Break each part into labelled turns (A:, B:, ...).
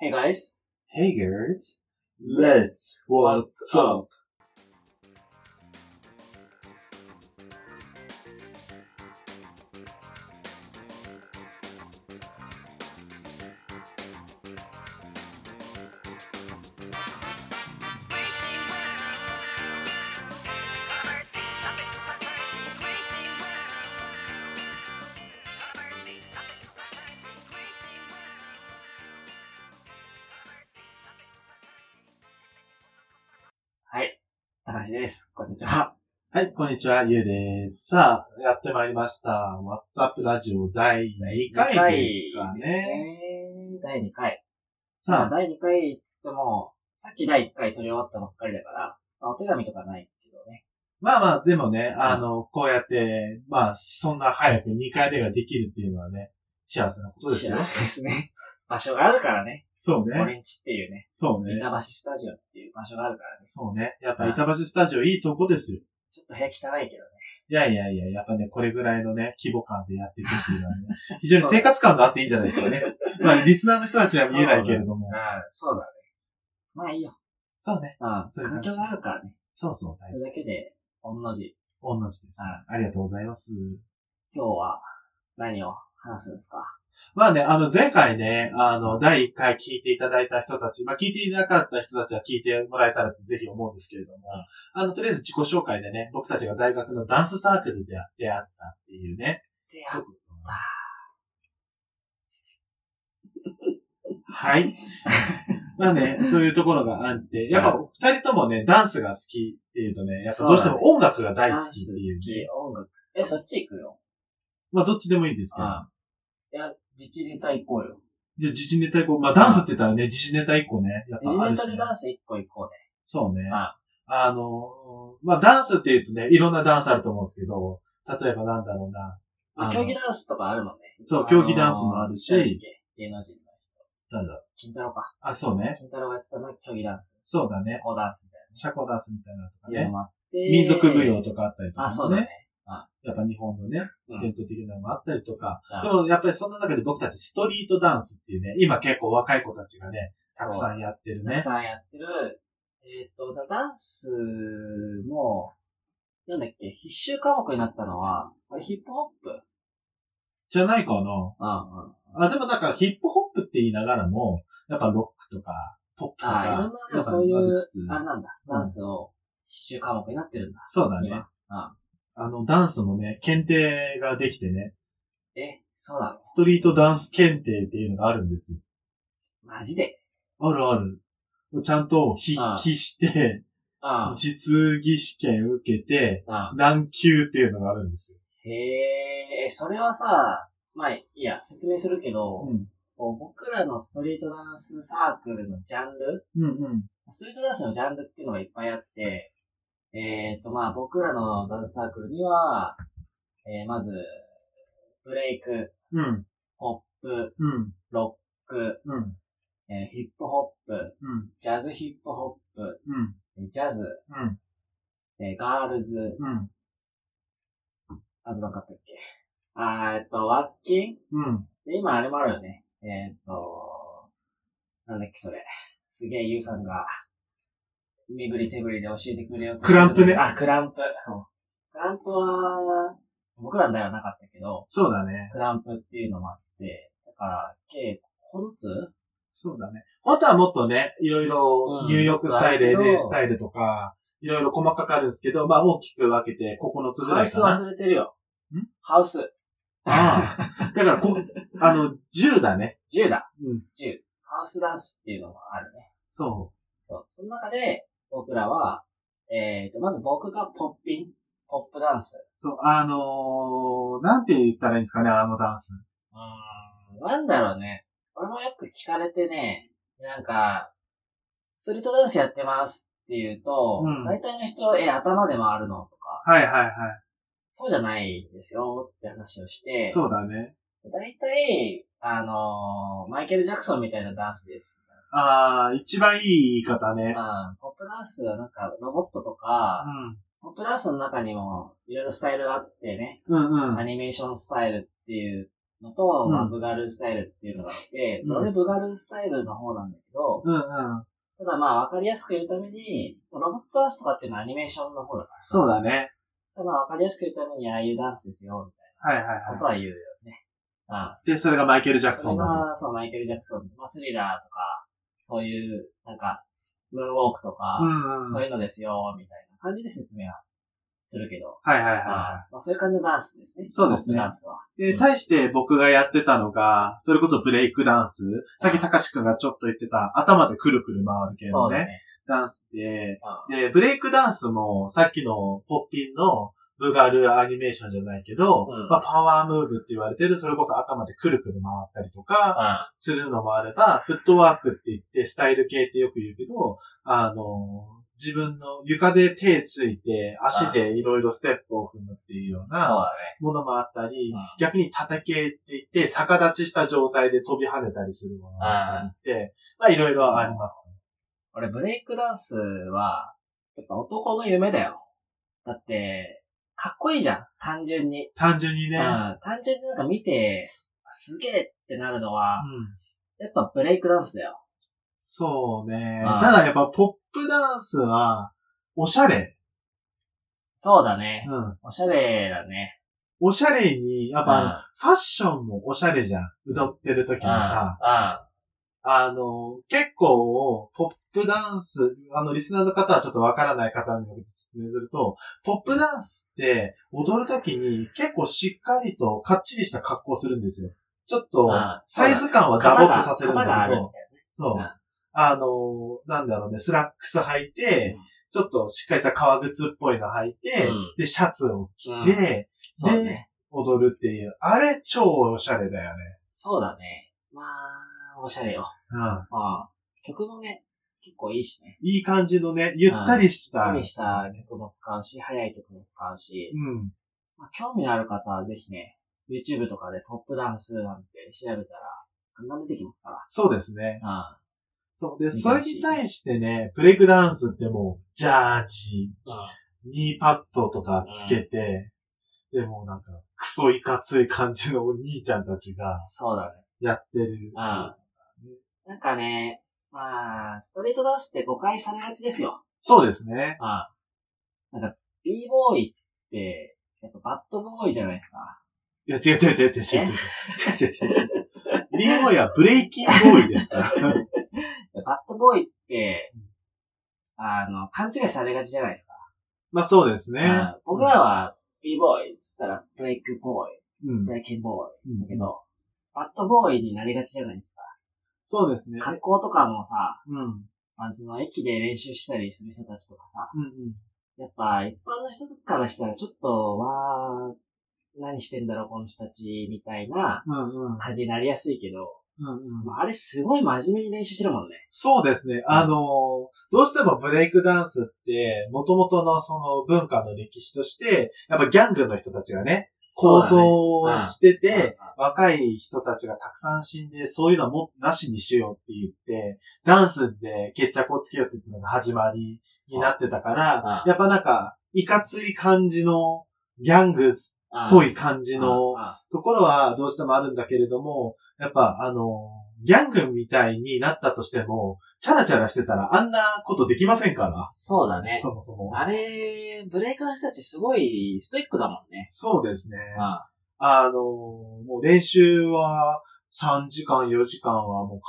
A: Hey guys,
B: Hey girls,
A: let's
B: what's
A: up? はい。高橋です。こんにちは。
B: はい、こんにちは、ゆうです。さあ、やってまいりました。WhatsApp ラジオ第2回ですか
A: 二回です
B: ね。
A: ね。第2回。まあ、
B: さあ、
A: 第2回っつっても、さっき第1回撮り終わったばっかりだから、まあ、お手紙とかないけどね。
B: まあまあ、でもね、あの、こうやって、まあ、そんな早く2回目ができるっていうのはね、幸せなことですよ
A: 幸。せですね。場所があるからね。
B: そうね。
A: 俺んちっていうね、
B: そうね。
A: 板橋スタジオっていう場所があるからね。
B: そうね。やっぱ、板橋スタジオいいとこですよ。
A: ちょっと部屋汚いけどね。
B: いやいやいや、やっぱね、これぐらいのね、規模感でやっていくっていうのは ね、非常に生活感があっていいんじゃないですかね。ま あ、リスナーの人たちには見えないけれど
A: う
B: も
A: ん。、そうだね。まあいいよ。
B: そうね。
A: うん。
B: そういう
A: 環
B: 感
A: 境
B: じ
A: があるからね。
B: そうそう、大
A: それだ
B: 事。
A: けで、おんの字。
B: 同じです。
A: は
B: ありがとうございます。
A: 今日は、何を話すんですか
B: まあね、あの、前回ね、あの、第1回聞いていただいた人たち、まあ、聞いていなかった人たちは聞いてもらえたらとぜひ思うんですけれども、あの、とりあえず自己紹介でね、僕たちが大学のダンスサークルで出会ったっていうね、
A: 出会った。
B: はい。 まあね、そういうところがあって、やっぱ、二人ともね、ダンスが好きっていうとね、やっぱどうしても音楽が大好きって
A: ダン
B: いう、ね。
A: ス好き、音楽好き。え、そっち行くよ。
B: まあ、どっちでもいいんですけど。
A: あいや、自治ネタ行こうよ。
B: じゃあ、自治ネタ以降、まあ、ダンスって言ったらね、自治ネタ以降ね、やっぱ
A: 自
B: あ
A: 治
B: る
A: ネ
B: し、
A: タ
B: ね
A: で。ダンス一個行こうね。
B: そうね。
A: は
B: あの、まあ、ダンスって言うとね、いろんなダンスあると思うんですけど、例えばなんだろうな。
A: まあ
B: あの
A: 競技ダンスとかあるもんね。
B: そう、競技ダンスもあるし、
A: あのー芸能人の人。
B: なんだろう
A: 金太郎か。
B: あ、そうね。
A: 金太郎がやってたのは競技ダンス。
B: そうだね。
A: 社交ダンスみたい
B: 社交ダンスみたいなのとか
A: な。
B: ね。
A: もあって
B: 民族舞踊とかあったりとか、ね。
A: あ、そうだね。
B: やっぱ日本のね、
A: うん
B: 伝統的なのもあったりとか、
A: うん
B: でもやっぱりそんな中で僕たちストリートダンスっていうね、今結構若い子たちがね、たくさんやってる
A: たく
B: ね。
A: さんやってる。えっ、と、だダンスも、なんだっけ、必修科目になったのは、あれヒップホップ
B: じゃないかな。
A: うんうん。
B: あ、でもなんかヒップホップって言いながらも、やっぱロックとか、ポップと
A: ああ、いろ
B: か
A: ん、な、
B: や
A: でも
B: っぱ
A: そうい
B: 混
A: う
B: ぜつつ、
A: あれなんだ、
B: うん
A: ダンスを必修科目になってるんだ。
B: そうだね
A: 今。あ
B: あの、ダンスのね、検定ができてね、
A: え、そうなの
B: ストリートダンス検定っていうのがあるんですよ。
A: マジで
B: あるある。ちゃんと筆記して、
A: あ
B: 実技試験受けて、
A: あ、
B: 何級っていうのがあるんですよ。
A: へえ、それはさ、まあ、いいや、説明するけど、
B: うん。
A: こう僕らのストリートダンスサークルのジャンル、
B: うんうん。
A: ストリートダンスのジャンルっていうのがいっぱいあって、えっ、と、まあ、僕らのダンスサークルには、えーまず、ブレイク、
B: うん、
A: ポップ、
B: うん、
A: ロック、
B: うん、
A: えーヒップホップ、
B: うん、
A: ジャズヒップホップ、
B: うん、
A: ジャズ、
B: うん、
A: えーガールズ、
B: うん、
A: あとなんかあったっけ。あーえっと、ワッキン
B: うん。
A: で、今あれもあるよね。えーっと、なんだっけそれ。すげえゆうさんが、身振り手振りで教えてくれようとしてる
B: クランプね
A: あ、クランプ。
B: そう。
A: クランプは、僕らの代はなかったけど、
B: そうだね。
A: クランプっていうのもあって、だから、計9つ
B: そうだね。本当はもっとね、いろいろ
A: うん
B: 入浴スタイル、
A: だけど
B: LA スタイルとか、いろいろ細かくあるんですけど、まあ大きく分けて9つぐ
A: ハ
B: ら
A: ウ
B: い
A: ス
B: かな。
A: 忘れてるよ。
B: ん
A: ハウス。
B: ああ。だからこ、あの、10だね。
A: 10だ。
B: うん。
A: 10。ハウスダンスっていうのもあるね。
B: そ
A: そう。その中で、僕らは、えっ、と、まず僕がポッピン、ポップダンス
B: う。。そう、あのー、なんて言ったらいいんですかね、あのダンス。
A: うーん。なんだろうね。俺もよく聞かれてね、なんか、ストリートダンスやってますって言うと、
B: うん
A: 大体の人、え、頭で回るのとか、
B: はいはいは
A: そうじゃないんですよって話をして
B: い。、そうだね。
A: 大体、あのーマイケル・ジャクソンみたいなダンスです。
B: ああ、一番いい言い方ね。
A: うんポップダンスはなんか、ロボットとか、ポップダンスの中にも、いろいろスタイルがあってね、
B: うん。うんう
A: ア
B: ん。
A: ニメーションスタイルっていうのと、
B: うん
A: まあ、ブガルスタイルっていうのがあって、
B: うん
A: 俺ブガルスタイルの方なんだけど、
B: うんうん。
A: ただまあ、わかりやすく言うために、ロボットダンスとかっていうのはアニメーションの方だから。
B: そうだね。
A: ただまあ、わかりやすく言うために、ああいうダンスですよ、み
B: はいはい
A: たいなこ
B: は
A: とは言うよね。ああ
B: い。で、それがマイケル・ジャク
A: そ
B: ソ
A: れ
B: ンだ。
A: が、そう、マイケル・ジャクソン、まあ、スリラーとか、そういう、なんか、ムーンウォークとか
B: う、んうん。
A: そ
B: は
A: うい
B: い
A: うのですよ、みたいな感じで説明はするけど、
B: はいは
A: まあ、まあそういう感じのダンスですね。
B: そうですね
A: ロックダンスは。
B: い。で、対して僕がやってたのが、それこそブレイクダンス。さっき高志くんがちょっと言ってた、頭でくるくる回る系
A: そ
B: の
A: うだ
B: ね、
A: ね。
B: ダンスで、
A: あ
B: で、ブレイクダンスも、さっきのポッピンのブガルアニメーションじゃないけど、
A: うん
B: まあ、パワームーブって言われてる、それこそ頭でくるくる回ったりとか、
A: あ
B: するのもあれば、フットワークって言って、スタイル系ってよく言うけど、あの、自分の床で手ついて、足でいろいろステップを踏むっていうよう
A: そう
B: な
A: だ
B: ものもあったり
A: うん、
B: 逆に叩けって言って、逆立ちした状態で飛び跳ねたりするものもあったりって、まあいろいろありますね。
A: ね。俺、ブレイクダンスは、やっぱ男の夢だよ。だって、かっこいいじゃん、単純に。
B: 単純に
A: う
B: ね。
A: ん
B: うん。
A: 単純になんか見て、すげえってなるのは、やっぱブレイクダンスだよ。
B: そうね。
A: うん
B: ただやっぱポップダンスは、おしゃれ。
A: そうだね。
B: うん。
A: おしゃれだね。
B: おしゃれに、やっぱあの
A: うん
B: ファッションもおしゃれじゃん。踊ってる時もさ。
A: あ
B: あの、結構、ポップダンス、あの、リスナーの方はちょっとわからない方に説明すると、ポップダンスって、踊るときに結構しっかりと、かっちりした格好をするんですよ。ちょっと
A: あ、
B: サイズ感は
A: あ、
B: ダボっとさせるん
A: 型があ
B: だけ
A: るん
B: ど、
A: だよね。
B: そう
A: うん。
B: あの、なんだろうね、スラックス履いて
A: うん、
B: ちょっとしっかりした革靴っぽいの履いて
A: うん、
B: で、シャツを着
A: うん
B: て、
A: そうだ
B: で
A: ね。
B: 踊るっていう。あれ、超おしゃれだよね。
A: そうだね。まあ、おしゃれよ。
B: うん。
A: まあ、曲もね、結構いいしね。
B: いい感じのね、ゆったりし。
A: ゆったくりした曲も使うし、速い曲も使うし、
B: うん。
A: まあ、興味のある方はぜひね、YouTube とかでポップダンスなんて調べたら、簡単に出てきますか
B: そうですね。
A: ら。うん。
B: そうで、
A: 見て
B: そ
A: ほ
B: れ
A: しい
B: に対してね、ブレイクダンスってもう、ジャージ、
A: うん。
B: ニーパッドとかつけて、でもうなんか、クソいかつい感じのお兄ちゃんたちが
A: そうだね。
B: やってる。
A: うん。なんかね、まあ、ストリートダンスって誤解されがちですよ。
B: そうですね。
A: うん。なんか、b ボーイって、やっぱバッドボーイじゃないですか。
B: いや、違う違う違う違う違う違う違う違う違う。リーボーイはブレイキンボーイですか ら。
A: でバッドボーイって、あの、勘違いされがちじゃないですか。
B: まあそうですね。
A: うん僕らは、b ボーイっつったら、ブレイクボーイ、
B: うん
A: ブ。レイキンボーイだけ
B: うん
A: ど、バッドボーイになりがちじゃないですか。
B: そうですね。
A: 格好とかもさ、
B: うん。うん
A: まあ、その駅で練習したりする人たちとかさ、
B: うん。
A: やっぱ一般の人からしたらちょっと、わー、何してんだろうこの人たち、みたいな
B: うんうん。
A: 感じになりやすいけど、
B: うんうん。
A: まあ、あれすごい真面目に練習してるもんね。
B: そうですね。あのどうしてもブレイクダンスって、元々のその文化の歴史として、やっぱギャングの人たちがね、
A: そ
B: 構
A: う
B: 想をしてて、
A: だね
B: 若い人たちがたくさん死んで、そういうのはもうなしにしようって言って、ダンスで決着をつけようって言ったのが始まりになってたから、
A: うん
B: やっぱなんか、いかつい感じの、ギャング
A: う
B: っ
A: ん
B: ぽい感じの
A: うんうん
B: ところはどうしてもあるんだけれども、やっぱあの、ギャングみたいになったとしても、チャラチャラしてたらあんなことできませんから。
A: そうだね。
B: そもそも。
A: あれ、ブレイクの人たちすごいストイックだもんね。
B: そうですね。
A: うん
B: あの、もう練習は3時間、4時間はもう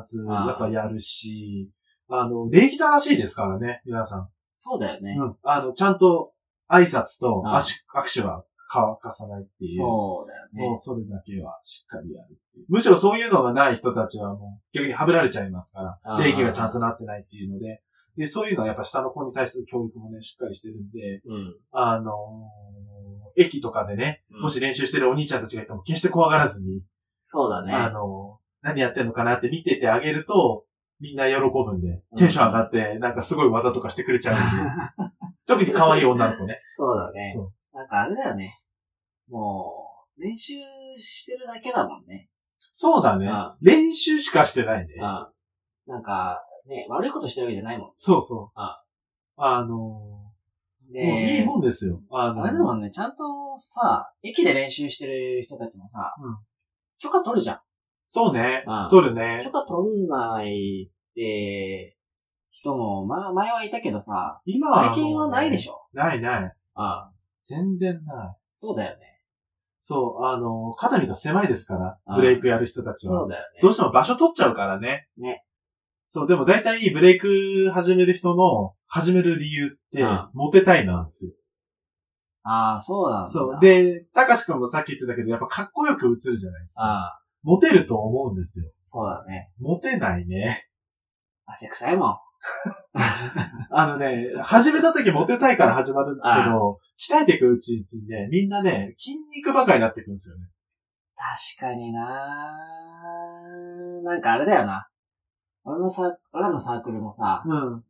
B: 必ず
A: うん
B: やっぱやるし、あの、礼儀正しいですからね、皆さ
A: そうだよ
B: ん。
A: ね。
B: うん。あの、ちゃんと挨拶と
A: うん
B: 握手握手は乾かさないっていう。
A: そうだよね。
B: もうそれだけはしっかりやるっていう。むしろそういうのがない人たちはもう逆にはぶられちゃいますか
A: あー
B: ら、礼儀がちゃんとなってないっていうので、で、そういうのはやっぱ下の子に対する教育もね、しっかりしてるんで、
A: うん。
B: あのー駅とかでね、もし練習してるお兄ちゃんたちがいても決して怖がらずに、
A: そうだね。
B: あのー何やってんのかなって見ててあげると、みんな喜ぶんで、
A: うん
B: テンション上がって、なんかすごい技とかしてくれちゃうんで、 特に可愛い女の子ね。
A: そうだね。
B: そう。
A: なんかあれだよね。もう、練習してるだけだもんね。
B: そうだね。
A: う
B: 練習しかしてないね。
A: ん。なんか、ね、悪いことしてるわけじゃないも
B: そうそう。
A: あ
B: あの
A: ん。
B: ー
A: で、
B: もういいもんですよ。あの
A: あれだもんね、ちゃんとさ、駅で練習してる人たちもさ、
B: うん
A: 許可取るじゃん。
B: そうね。
A: うん
B: 取るね
A: 許。可取んないって、人も、まあ、前はいたけどさ、
B: 今は、
A: 最近はないでし
B: ょ。
A: ょ。
B: ないない。
A: ああ
B: 全然ない。
A: そうだよね。
B: そう、あの、肩身が狭いですか
A: うん
B: ら、ブレイクやる人たちは。
A: そうだよね。
B: どうしても場所取っちゃうからね。
A: ね。
B: そう、でも大体ブレイク始める人の始める理由って、
A: うん
B: モテたいなんですよ。
A: ああ、そうなんだ。
B: そう。、で、たかしくんもさっき言ってたけど、やっぱかっこよく映るじゃないですか。
A: ああ、
B: モテると思うんですよ。
A: そうだね。
B: モテない ね。
A: 汗臭いも ん。
B: あのね、始めた時モテたいから始まるんだけど、鍛えていくうちにね、みんなね、筋肉ばかりになっていくんですよね。
A: 確かにななんかあれだよな。俺のさ、俺らのサークルもさ、
B: う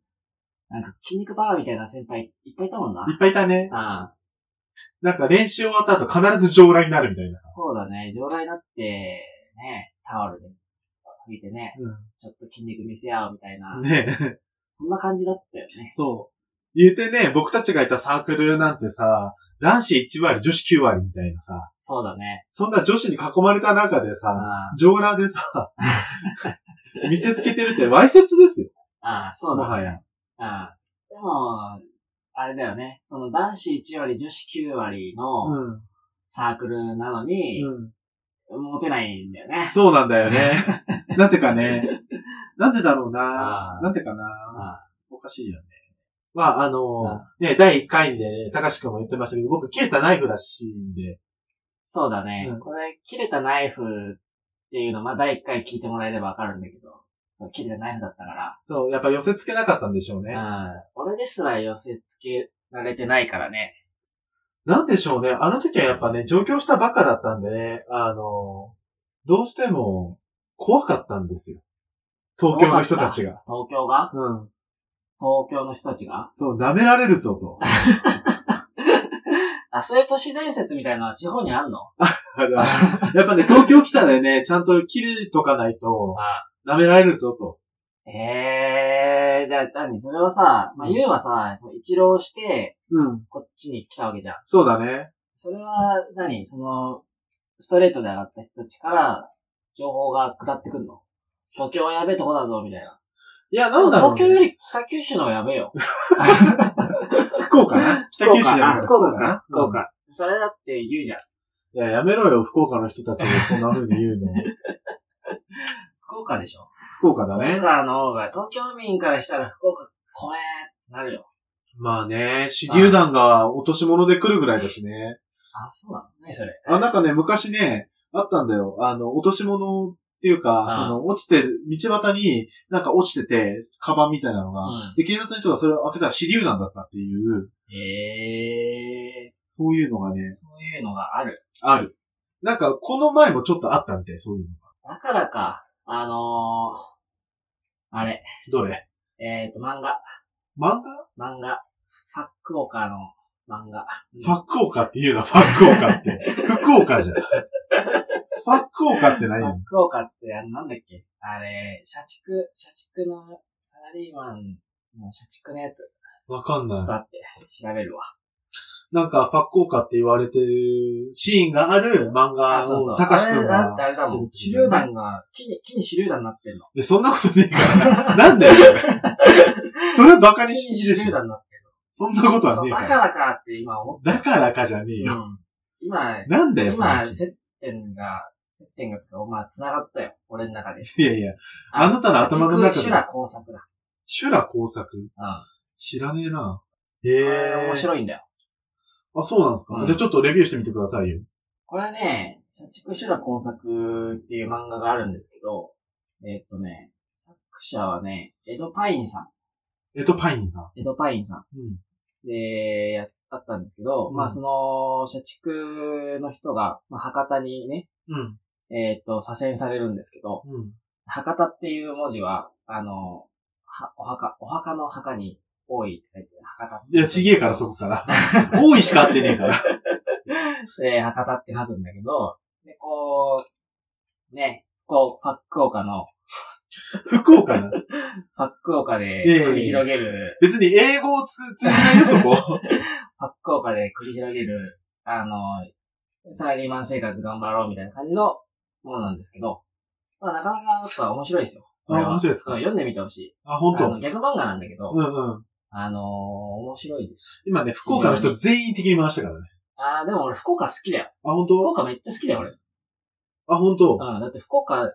A: なんか筋肉バーみたいな先輩いっぱいいたもんな。
B: いっぱいいたね。
A: ああ、
B: なんか練習終わった後必ず上来になるみたいな。
A: そうだね。上来になって、ね、タオルで拭いてね、ちょっと筋肉見せ合うみたいな
B: うん。。ねえ。
A: そんな感じだったよね。
B: そう。言うてね、僕たちがいたサークルなんてさ、男子1割、女子9割みたいなさ、
A: そうだね。
B: そんな女子に囲まれた中でさ、
A: あ
B: 上裸 でさ、見せつけてるって、わいせつですよ。
A: あ、ああそう
B: も
A: だ
B: は
A: ね。
B: や。
A: ああでも、あれだよね。その男子1割、女子9割の
B: ん。
A: サークルなのに、
B: うん。
A: モテないんだよね。
B: そうなんだよね。 なぜかね。なんでだろうな
A: あ。ー
B: なんでか
A: あ
B: な。
A: あ
B: おかしいよね。まあ、あの、ね、第1回で、ね、高志くんも言ってましたけど、僕、切れたナイフらしいんで、
A: そうだね。
B: うん
A: これ、切れたナイフっていうの、まあ、第一回聞いてもらえればわかるんだけど、そう切れたナイフだったか
B: そう、やっぱ寄せつけなかったんでしょうね。
A: ら、うん。俺ですら寄せつけられてないからね。
B: なんでしょうね。あの時はやっぱね、上京したばっかだったんでね、あの、どうしても怖かったんですよ。東京の人たちが。
A: 東京が
B: うん。
A: 東京の人たちが
B: そう、舐められるぞ と。
A: あ、そういう都市伝説みたいなのは地方にあんの
B: やっぱね、東京来たらね、ちゃんと切れとかないと、
A: あ
B: 舐められるぞと。
A: ええー、じゃあ、何それはさ、まあ、
B: うん
A: ゆうはさ、その一浪して、
B: うん。
A: こっちに来たわけじゃん。
B: そうだね。
A: それは何、その、ストレートで上がった人たちから、情報が下ってくんの東京はやべえとこだぞ、みたいな。
B: いや、なんだろう、
A: 東京よ
B: ね。
A: り北九州の方がやべえよ。
B: 福岡な北九州じゃな
A: あ
B: い
A: 福岡か
B: 福
A: 福
B: 岡。
A: 岡。それだって言うじゃん。
B: いや、やめろよ、福岡の人たちもそんな風に言う の。
A: 福岡でしょ
B: 福岡だ
A: 福
B: ね。
A: 岡の方が、東京民からしたら福岡怖えってなるよ。
B: まあね、手榴弾が落とし物で来るぐらいだしね。
A: あ、そうなの何それ。
B: あ、なんかね、昔ね、あったんだよ。あの、落とし物っていうか、
A: うん
B: その、落ちてる、道端になんか落ちてて、カバンみたいなのが、
A: うん
B: で、警察の人がそれを開けたら手榴弾だったっていう、
A: ええー、
B: そういうのがね、
A: そういうのがある。
B: ある。なんか、この前もちょっとあったみたい、そういうのが。
A: だからか、あのー、あれ、
B: どれ
A: えっ、ー、と、漫画、
B: 漫
A: 漫画、ファックオーカーの漫画。
B: 画ファックオカって言うな、ファックオカって。 福岡じゃん。ファックオカって何
A: バ
B: な
A: ッ
B: の
A: クオーカーって、あの、なんだっけあれ、社畜、社畜のサラリーマンの社畜のやつ。
B: わかん
A: ちょっと
B: ない。
A: 待って、調べるわ。
B: なんか、ファックオカって言われてるシーンがある漫画を、たかしくん
A: あれだ
B: が
A: ってあれだもん。手榴弾が、木に、木に手榴弾になってんの。
B: で、そんなことねえから。 なんだよ。それバカ
A: 木
B: に
A: に
B: しすぎで
A: 手
B: し
A: 榴
B: ょ。
A: 弾になって
B: そんなこと
A: ん
B: は
A: の。
B: ねえ
A: だ
B: か。
A: かららかって今思った。
B: だからかじゃねえ
A: う
B: よ。
A: ん。今、
B: なんだよ、そ
A: 今、
B: れ。
A: 接点が、接点が、まあ、繋がったよ。俺の中で。
B: いやいや、あなたの頭の中
A: 社
B: で
A: 畜修羅工作だ。
B: 修羅工作
A: う
B: 知らねえな。へ
A: ん。これ
B: え
A: 面。白いんだよ。
B: あ、そうなんですか、
A: うん
B: じゃあちょっとレビューしてみてくださいよ。
A: これね、社畜修羅工作っていう漫画があるんですけど、えーっとね、作者はね、エド・パインさ
B: えっと、パインだ。
A: ん。エド・パインさ
B: うん。
A: ん。で、やあったんですけど、
B: うん
A: まあその、社畜の人が、まあ、博多にね、
B: うん。
A: えーっと、左遷されるんですけど、
B: うん。
A: 博多っていう文字は、あの、は、お墓、お墓の墓に多いって書いてある、博多。
B: いや、ちげえから、そこから。多いしか合ってねえから。
A: で、博多って書くんだけど、で、こう、ね、こう、パックオカの、
B: 福岡な。
A: パックオカで
B: いやいやいや
A: 繰り広げる、
B: 別に英語をつ、通じないよ、そ こ。
A: パックオカで繰り広げる、あの、サラリーマン生活頑張ろうみたいな感じのものなんですけど、まあなかなかやっぱ面白いですよ。
B: あ面白いですか
A: うん読んでみてほしい。
B: あ、本
A: あ
B: 当
A: の逆漫画なんだけど、
B: うんうん。
A: あのー、面白いです。
B: 今ね、福岡の人全員的に回したからね。
A: あー、でも俺福岡好きだよ。
B: あ、本
A: 福
B: 当
A: 岡めっちゃ好きだよ俺。
B: あ、本当
A: うん、だって福岡、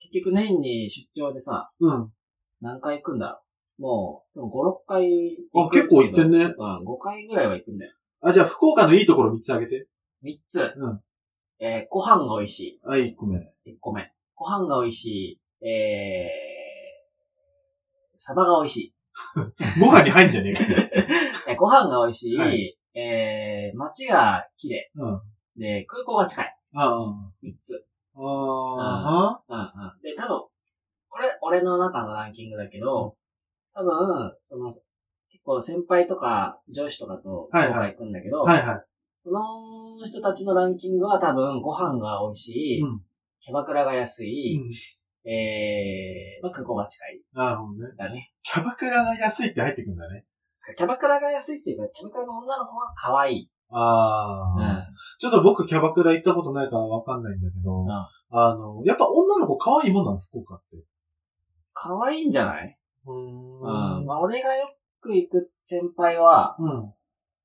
A: 結局年に出張でさ、
B: うん。
A: 何回行くんだろう。もう、でも5、6回
B: あ、結構行ってん
A: ね。
B: ね。
A: うん、5回ぐらいは行くんだよ。
B: あ、じゃあ福岡のいいところ3つあげて。
A: 3つ。
B: うん
A: えーご飯が美味しい。
B: あ、1個目。
A: 1個目。ご飯が美味しい。えー、サバが美味しい。
B: ご飯に入んじゃねえか よ。
A: えご飯が美味しい。
B: は
A: えー、街が綺麗。
B: うん。
A: で、空港が近い。
B: あ
A: 3つ。
B: あ、ああ、
A: うんうん。で、多分、これ、俺の中のランキングだけど、多分、その、結構先輩とか上司とかと、
B: はいはい
A: 行くんだけど、
B: はいは
A: その人たちのランキングは多分、ご飯が美味し
B: い。
A: い、
B: うん。
A: キャバクラが安い、
B: うん
A: えー、まあ、空港が近い。
B: なるほどね。
A: だね。
B: キャバクラが安いって入ってくんだね。
A: キャバクラが安いっていうか、キャバクラの女の子は可愛い。
B: あ
A: う
B: あ、
A: ん。
B: ちょっと僕キャバクラ行ったことないからわかんないんだけど、
A: うん
B: あの、やっぱ女の子可愛いもんなの、福岡って。
A: 可愛いんじゃないううんん。まあ、俺がよく行く先輩は、
B: うん。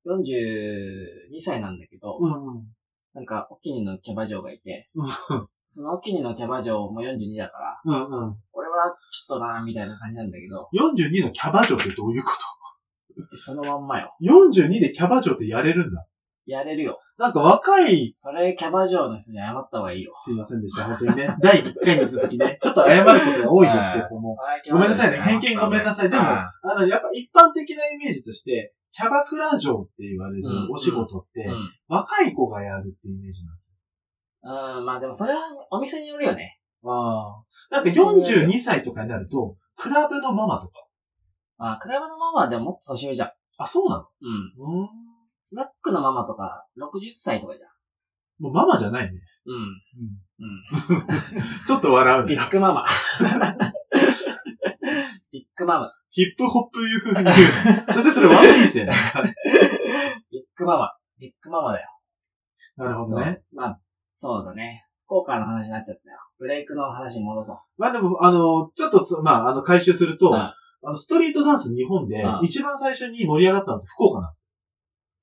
A: 42歳なんだけど、
B: うん。うん。
A: なんか、お気に入りのキャバ嬢がいて、
B: うん。
A: そのお気に入りのキャバ嬢も42だから、
B: うん。うん。
A: 俺はちょっとなーみたいな感じなんだけど、
B: 42のキャバ嬢ってどういうこ
A: そのまんまよ。
B: と ?42 でキャバ嬢ってやれるんだ。
A: やれるよ。
B: なんか若い、
A: それ、キャバ嬢の人に謝った方がいいよ。
B: すいませんでした、本当にね。第1回の続きね。ちょっと謝ることが多いですけれども。ごめんなさいね。偏見ごめんなさい。でも、
A: うん
B: あの、やっぱ一般的なイメージとして、キャバクラ嬢って言われるお仕事って、
A: うん。
B: 若い子がやるってイメージなんですよ
A: うん、まあでもそれはお店によるよね。
B: ああ。なんか42歳とかになると、クラブのママとか。
A: まあ、クラブのママはでももっと年上じゃん。
B: あ、そうな
A: うん。
B: のうん。
A: スナックのママとか、60歳とかじゃん。
B: もうママじゃないね。
A: うん。う。
B: ちょっと笑うんね
A: ビッグママ。ビッグママ。
B: ヒップホップいう風に言う の。そしてそれワンピースやね。
A: ビッグママ。ビッグママだよ。
B: なるほどね。
A: そう。まあ、そうだね。福岡の話になっちゃったよ。ブレイクの話に戻そう。
B: まあでも、あの、ちょっとつ、まあ、あの、回収すると、
A: うん
B: あの、ストリートダンス日本で
A: うん、
B: 一番最初に盛り上がったのって福岡なんです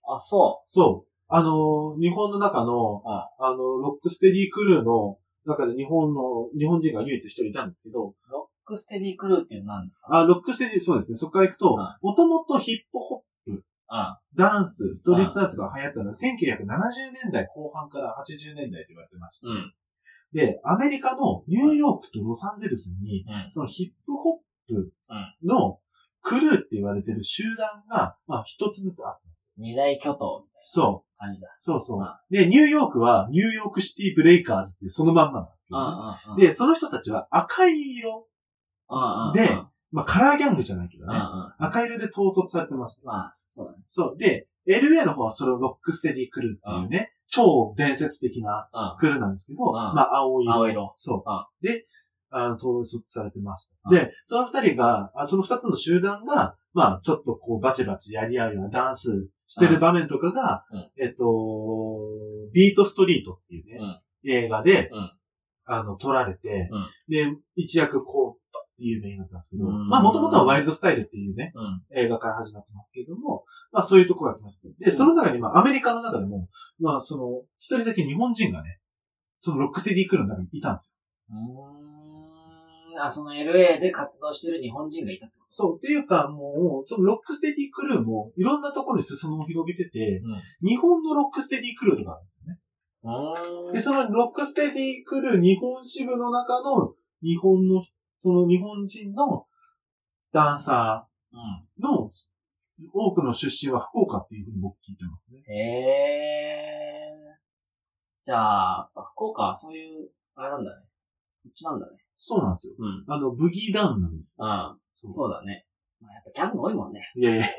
B: よ。
A: あ、そ
B: そう。あの、日本の中の、
A: うん
B: あの、ロックステディクルーの中で日本の、日本人が唯一一人いたんですけど、
A: う。ロックステディクルーっていうのなんですか
B: あ、ロックステディ、そうですね。そこから行くと
A: うん、
B: もともとヒップホップ
A: あ
B: ダンス、ストリートダンスが流行ったのは1970年代後半から80年代と言われてました。
A: うん。
B: で、アメリカのニューヨークとロサンゼルスに、
A: うん。
B: そのヒップホップのクルーって言われてる集団が、まあ一つずつあった。
A: 二大巨頭みたい
B: そ
A: な感じだ。
B: う。。そうそううんで、ニューヨークはニューヨークシティブレイカーズってそのまんまなんですけどね、
A: ん
B: で、その人たちは赤い色、
A: うんうん。
B: で
A: うん
B: まあカラーギャングじゃないけど
A: うん。
B: ね、
A: ま
B: 赤色で統率されてました。
A: あ、そうだね。
B: そう。で、LA の方はそれをロックステディクルーっていうね、超伝説的な
A: う
B: 来るなんですけど、
A: ん
B: まあ、青
A: ん。
B: 色。
A: 青色。
B: そう
A: あ。
B: で、あの、統率されてます
A: あ。
B: で、その二人が、あその二つの集団が、まあ、ちょっとこう、バチバチやり合うようなダンスしてる場面とかが、
A: うん
B: えっと、ビートストリートっていうね、映画で、
A: うん
B: あの、撮られて、
A: うん
B: で、一躍こう、バッて有名になったんですけど、
A: うん
B: まあ、もともとはワイルドスタイルっていうね、
A: うん。
B: 映画から始まってますけれども、まあ、そういうところが来ました。で、その中に、まあ、アメリカの中でも、まあ、その、一人だけ日本人がね、そのロックステディクルーの中にいたんですよ。
A: うーん。あ、その LA で活動してる日本人がいたってこ
B: そう。っていうか、もう、そのロックステディクルーも、いろんなところに裾野を広げてて、
A: とうん。
B: 日本のロックステディクルーとかあるんですよね。
A: うーん
B: で、そのロックステディクルー日本支部の中の、日本の、その日本人のダンサ
A: う
B: ーの、多くの出身は福岡っていうふうに僕聞いてますね。
A: ん。へえ。じゃあ、福岡はそういう、あれなんだね。こっちなんだね。
B: そうなんですよ。
A: うん。
B: あの、ブギーダウンなんですよ。
A: あ
B: そ
A: そうだね。まあ、やっぱギャング多いもんね。
B: いやいやい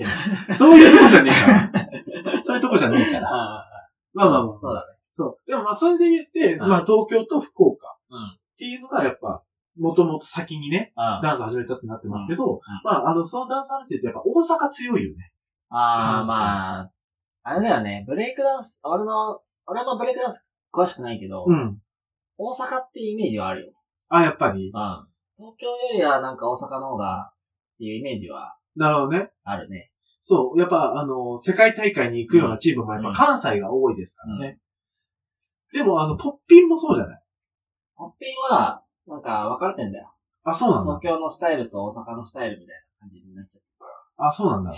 B: や、そういうとこじゃねえから。そういうとこじゃね えから。
A: あ
B: まあまあまあ。
A: そうだね。
B: そう。でもまあ、それで言って、
A: ん
B: まあ、東京と福岡
A: うん
B: っていうのが、やっぱ、もともと先にね、
A: あ
B: ダンス始めたってなってますけど、
A: ん
B: まあ、あの、そのダンスアルチってやっぱ大阪強いよね。
A: あ
B: う
A: ー、
B: ん
A: まあ、あれだよね。ブレイクダンス、俺の、俺もブレイクダンス詳しくないけど、
B: うん。
A: 大阪っていうイメージはあるよ。
B: あ、やっぱり。
A: うん。東京よりはなんか大阪の方が、っていうイメージは
B: なるほどね。
A: あるね。
B: そう。やっぱ、あの、世界大会に行くようなチームもやっぱ関西が多いですからね。でも、あの、ポッピンもそうじゃない
A: ホッピンは、なんか分かれてんだよ。
B: あ、そうなんだ
A: 東。京のスタイルと大阪のスタイルみたいな感じになっちゃう。
B: あ、そうなんだ。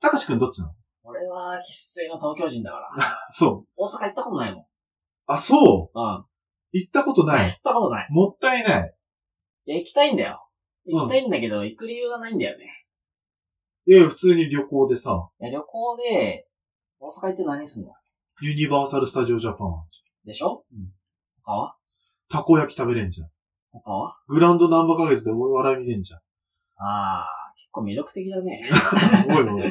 B: たかしくんどっちなの
A: 俺は、喫水の東京人だから。
B: そう。
A: 大阪行ったことないもん。
B: あ、そう。
A: うん。行っ
B: 行ったことない。
A: たことない。
B: もったいない。
A: いや、行きたいんだよ。
B: うん
A: 行きたいんだけど、行く理由がないんだよね。
B: いやいや、普通に旅行でさ、
A: いや、旅行で、大阪行って何すんの
B: ユニバーサル・スタジオ・ジャパン、
A: でしょ
B: うん。
A: 他は
B: たこ焼き食べれんじゃん。
A: 他は
B: グランド何ヶ月でお笑い見れんじゃん。
A: あー、結構魅力的だ ね。
B: すごいよ。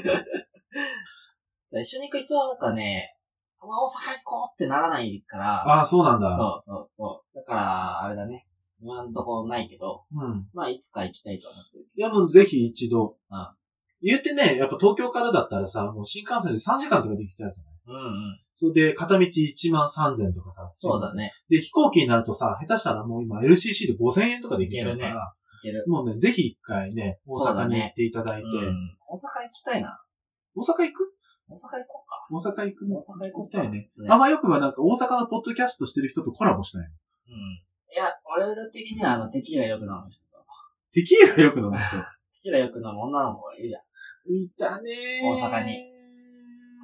A: 一緒に行く人はなんかね、あんま大阪行こうってならないから、
B: あ、そうなんだ。
A: そうそうそう。だから、あれだね。今んとこないけど、
B: うん。
A: まあ、いつか行きたいと思ってる。
B: いや、もうぜひ一度。
A: うん
B: 言ってね、やっぱ東京からだったらさ、もう新幹線で3時間とかできちゃうじゃない
A: うんうん。
B: それで、片道1万3000とかさ。
A: そうだ
B: ね。
A: ね。
B: で、飛行機になるとさ、下手したらもう今 LCC で5000円とかで行けちゃ
A: い
B: うか
A: ける
B: ら、
A: 行ける。
B: もうね、ぜひ一回ね、大
A: そう
B: 阪
A: だ
B: に
A: ね
B: 行っていただいて、
A: うん大阪行きたいな。
B: 大阪行く
A: 大阪行こうか。
B: 大阪行く
A: 大
B: の
A: 阪行こ
B: 行
A: う
B: き
A: か
B: たいね。あんまよくはなんか大阪のポッドキャストしてる人とコラボしたいの。
A: うん。いや、俺ら的には、あの、テキーラよく飲む人と、
B: テキーラよく飲む人。
A: テキーラよく飲む女の子がいるじゃ
B: いたね
A: 大阪に。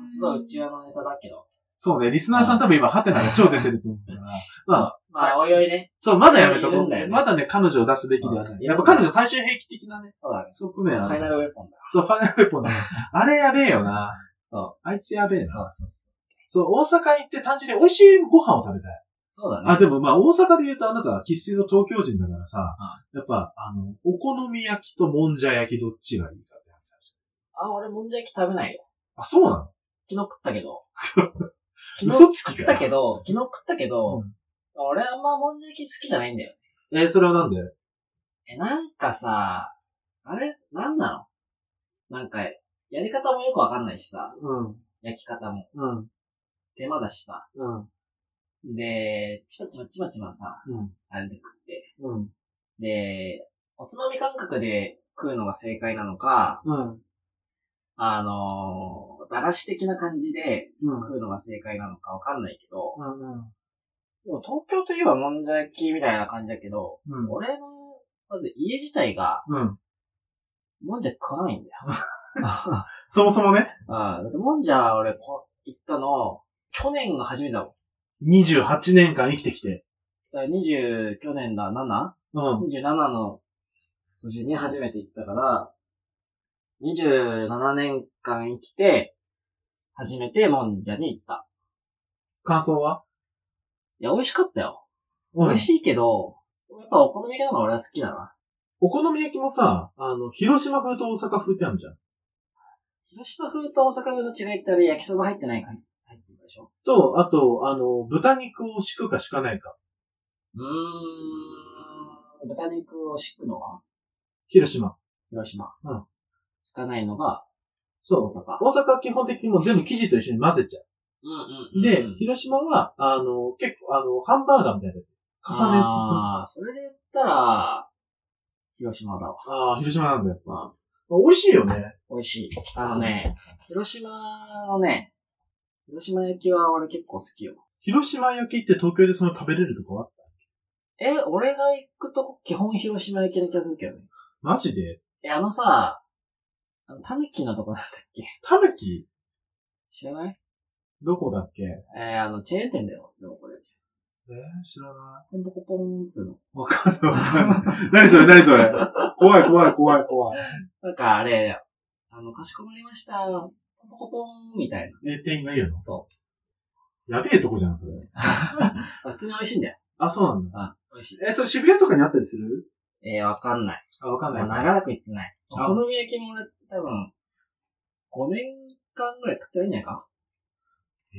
A: ん。すごい、うちわのネタだけど。
B: そうね、リスナーさん多分今、ハテナが超出てると思うから。まあ、
A: まあ、おいおいね。
B: そう、まだやめと
A: い
B: こ
A: る
B: う。
A: んだよね
B: まだね、彼女を出すべきではない。やっぱ彼女最終兵器的なね、
A: そうだね。
B: 側面
A: フ
B: あ
A: ァイ
B: る。
A: ナルウェポンだ。
B: そう、ファイナルウェポンだね。あれやべえよな。。
A: そう
B: あいつやべえな。
A: そうそうそう。
B: そう、大阪行って単純に美味しいご飯を食べたい。
A: そうだね。
B: あ、でもまあ、大阪で言うとあなたは喫水の東京人だからさ、やっぱ、あの、お好み焼きともんじゃ焼きどっちがいいかって話だし
A: あ、俺、もんじゃ焼き食べないよ。
B: あ、そうなの
A: 昨日食ったけど。昨日
B: 嘘つき
A: 食っ
B: か
A: た
B: よ。
A: けど、昨日食ったけど、
B: うん
A: 俺あんまもんじゃ焼き好きじゃないんだよ。
B: えーそれはなんで
A: え、なんかさ、あれ、なんなのなんか、やり方もよくわかんないしさ、
B: うん、
A: 焼き方も
B: うん、
A: 手間だしさ。
B: うん、
A: で、ちまちまちまちまさ、
B: うん、
A: あれで食って。
B: うん、
A: で、おつまみ感覚で食うのが正解なのか、
B: うん、
A: あのー、だらし的な感じで
B: うん、
A: 食うのが正解なのかわかんないけど、
B: うん、
A: でも東京といえばもんじゃ焼きみたいな感じだけど、
B: うん、
A: 俺の、まず家自体が
B: うん。
A: もんじゃ食わないんだよ。
B: そもそもね、
A: ああ、だってもんじゃ俺こ行ったの、去年が初めてだもん。
B: 28年間生きてきて、
A: だから20、去年だ、7?27
B: うん、
A: の年に初めて行ったから、27年間生きて、初めてもんじゃに行った。
B: 感想はい
A: や、美味しかったよ。
B: う
A: 美
B: ん
A: 味。しいけど、やっぱお好み焼きの方が俺は好きだな。
B: お好み焼きもさ、あの、広島風と大阪風ってあるじゃん。
A: 広島風と大阪風の違いってあれ焼きそば入ってないか入ってるでしょ
B: と、あと、あの、豚肉を敷くか敷かないか。
A: うーん、豚肉を敷くのは
B: 広島。
A: 広島。
B: うん。
A: 敷かないのが
B: そ
A: 大
B: う。
A: 阪。
B: 大阪は基本的にもう全部生地と一緒に混ぜちゃ
A: うんうん
B: う。で、広島は、あの、結構、あの、ハンバーガーみたいなやつ。重ねて
A: ああ、それで言ったら、広島だわ。
B: ああ、広島なんだよ。まあ、美味しいよね。
A: 美味しい。あのね、広島のね、広島焼きは俺結構好きよ。
B: 広島焼きって東京でその食べれるとこは
A: え、俺が行くと基本広島焼きな気がするけどね。
B: マジで
A: え、あのさ、あの、たぬきのとこなんだっけ
B: タヌキ
A: 知らない
B: どこだっけえ
A: えーあの、チェーン店だよ。でもこれ。
B: ー、知らない。
A: ポンポコポンっつうの。
B: わか んないわかんない。何それ何それ。怖い怖い怖い怖い。
A: なんかあれ、あの、かしこまりました。ポンポコポンみたいな。
B: え、店員が言うの
A: そ
B: やべえとこじゃん、それ。
A: あ普通に美味しいんだよ。
B: あ、そうなんだ。
A: うん、美味しい。
B: え、それ渋谷とかにあったりする
A: えーわかんない。
B: あ、わかん
A: ま
B: な
A: あ、
B: い。
A: 長らく行ってない。お
B: あ
A: 好み焼きも俺、多分、5年間ぐらい食ってないんじゃないか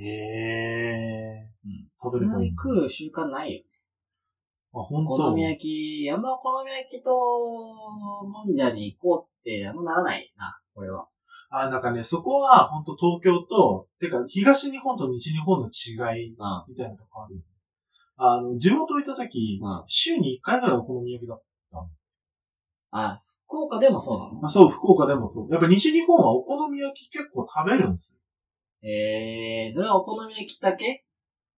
B: へえ。
A: うん。
B: 食
A: そ
B: べ
A: ん
B: る
A: な
B: 方
A: に
B: に。
A: 食う習慣ないよ。
B: あ、本
A: お
B: 当
A: 好み焼き、あんまお好み焼きと、もんじゃに行こうって、あんまならないな、これは。
B: あ、なんかね、そこは、本当東京と、てか、東日本と西日本の違い、
A: うん。
B: みたいなとこある。あの、地元行った時、
A: うん。
B: 週に1回ぐらいお好み焼きだ。
A: あ、福岡でもそうなの
B: まあ、そう、福岡でもそう。やっぱ西日本はお好み焼き結構食べるんですよ。
A: えー、それはお好み焼きだけ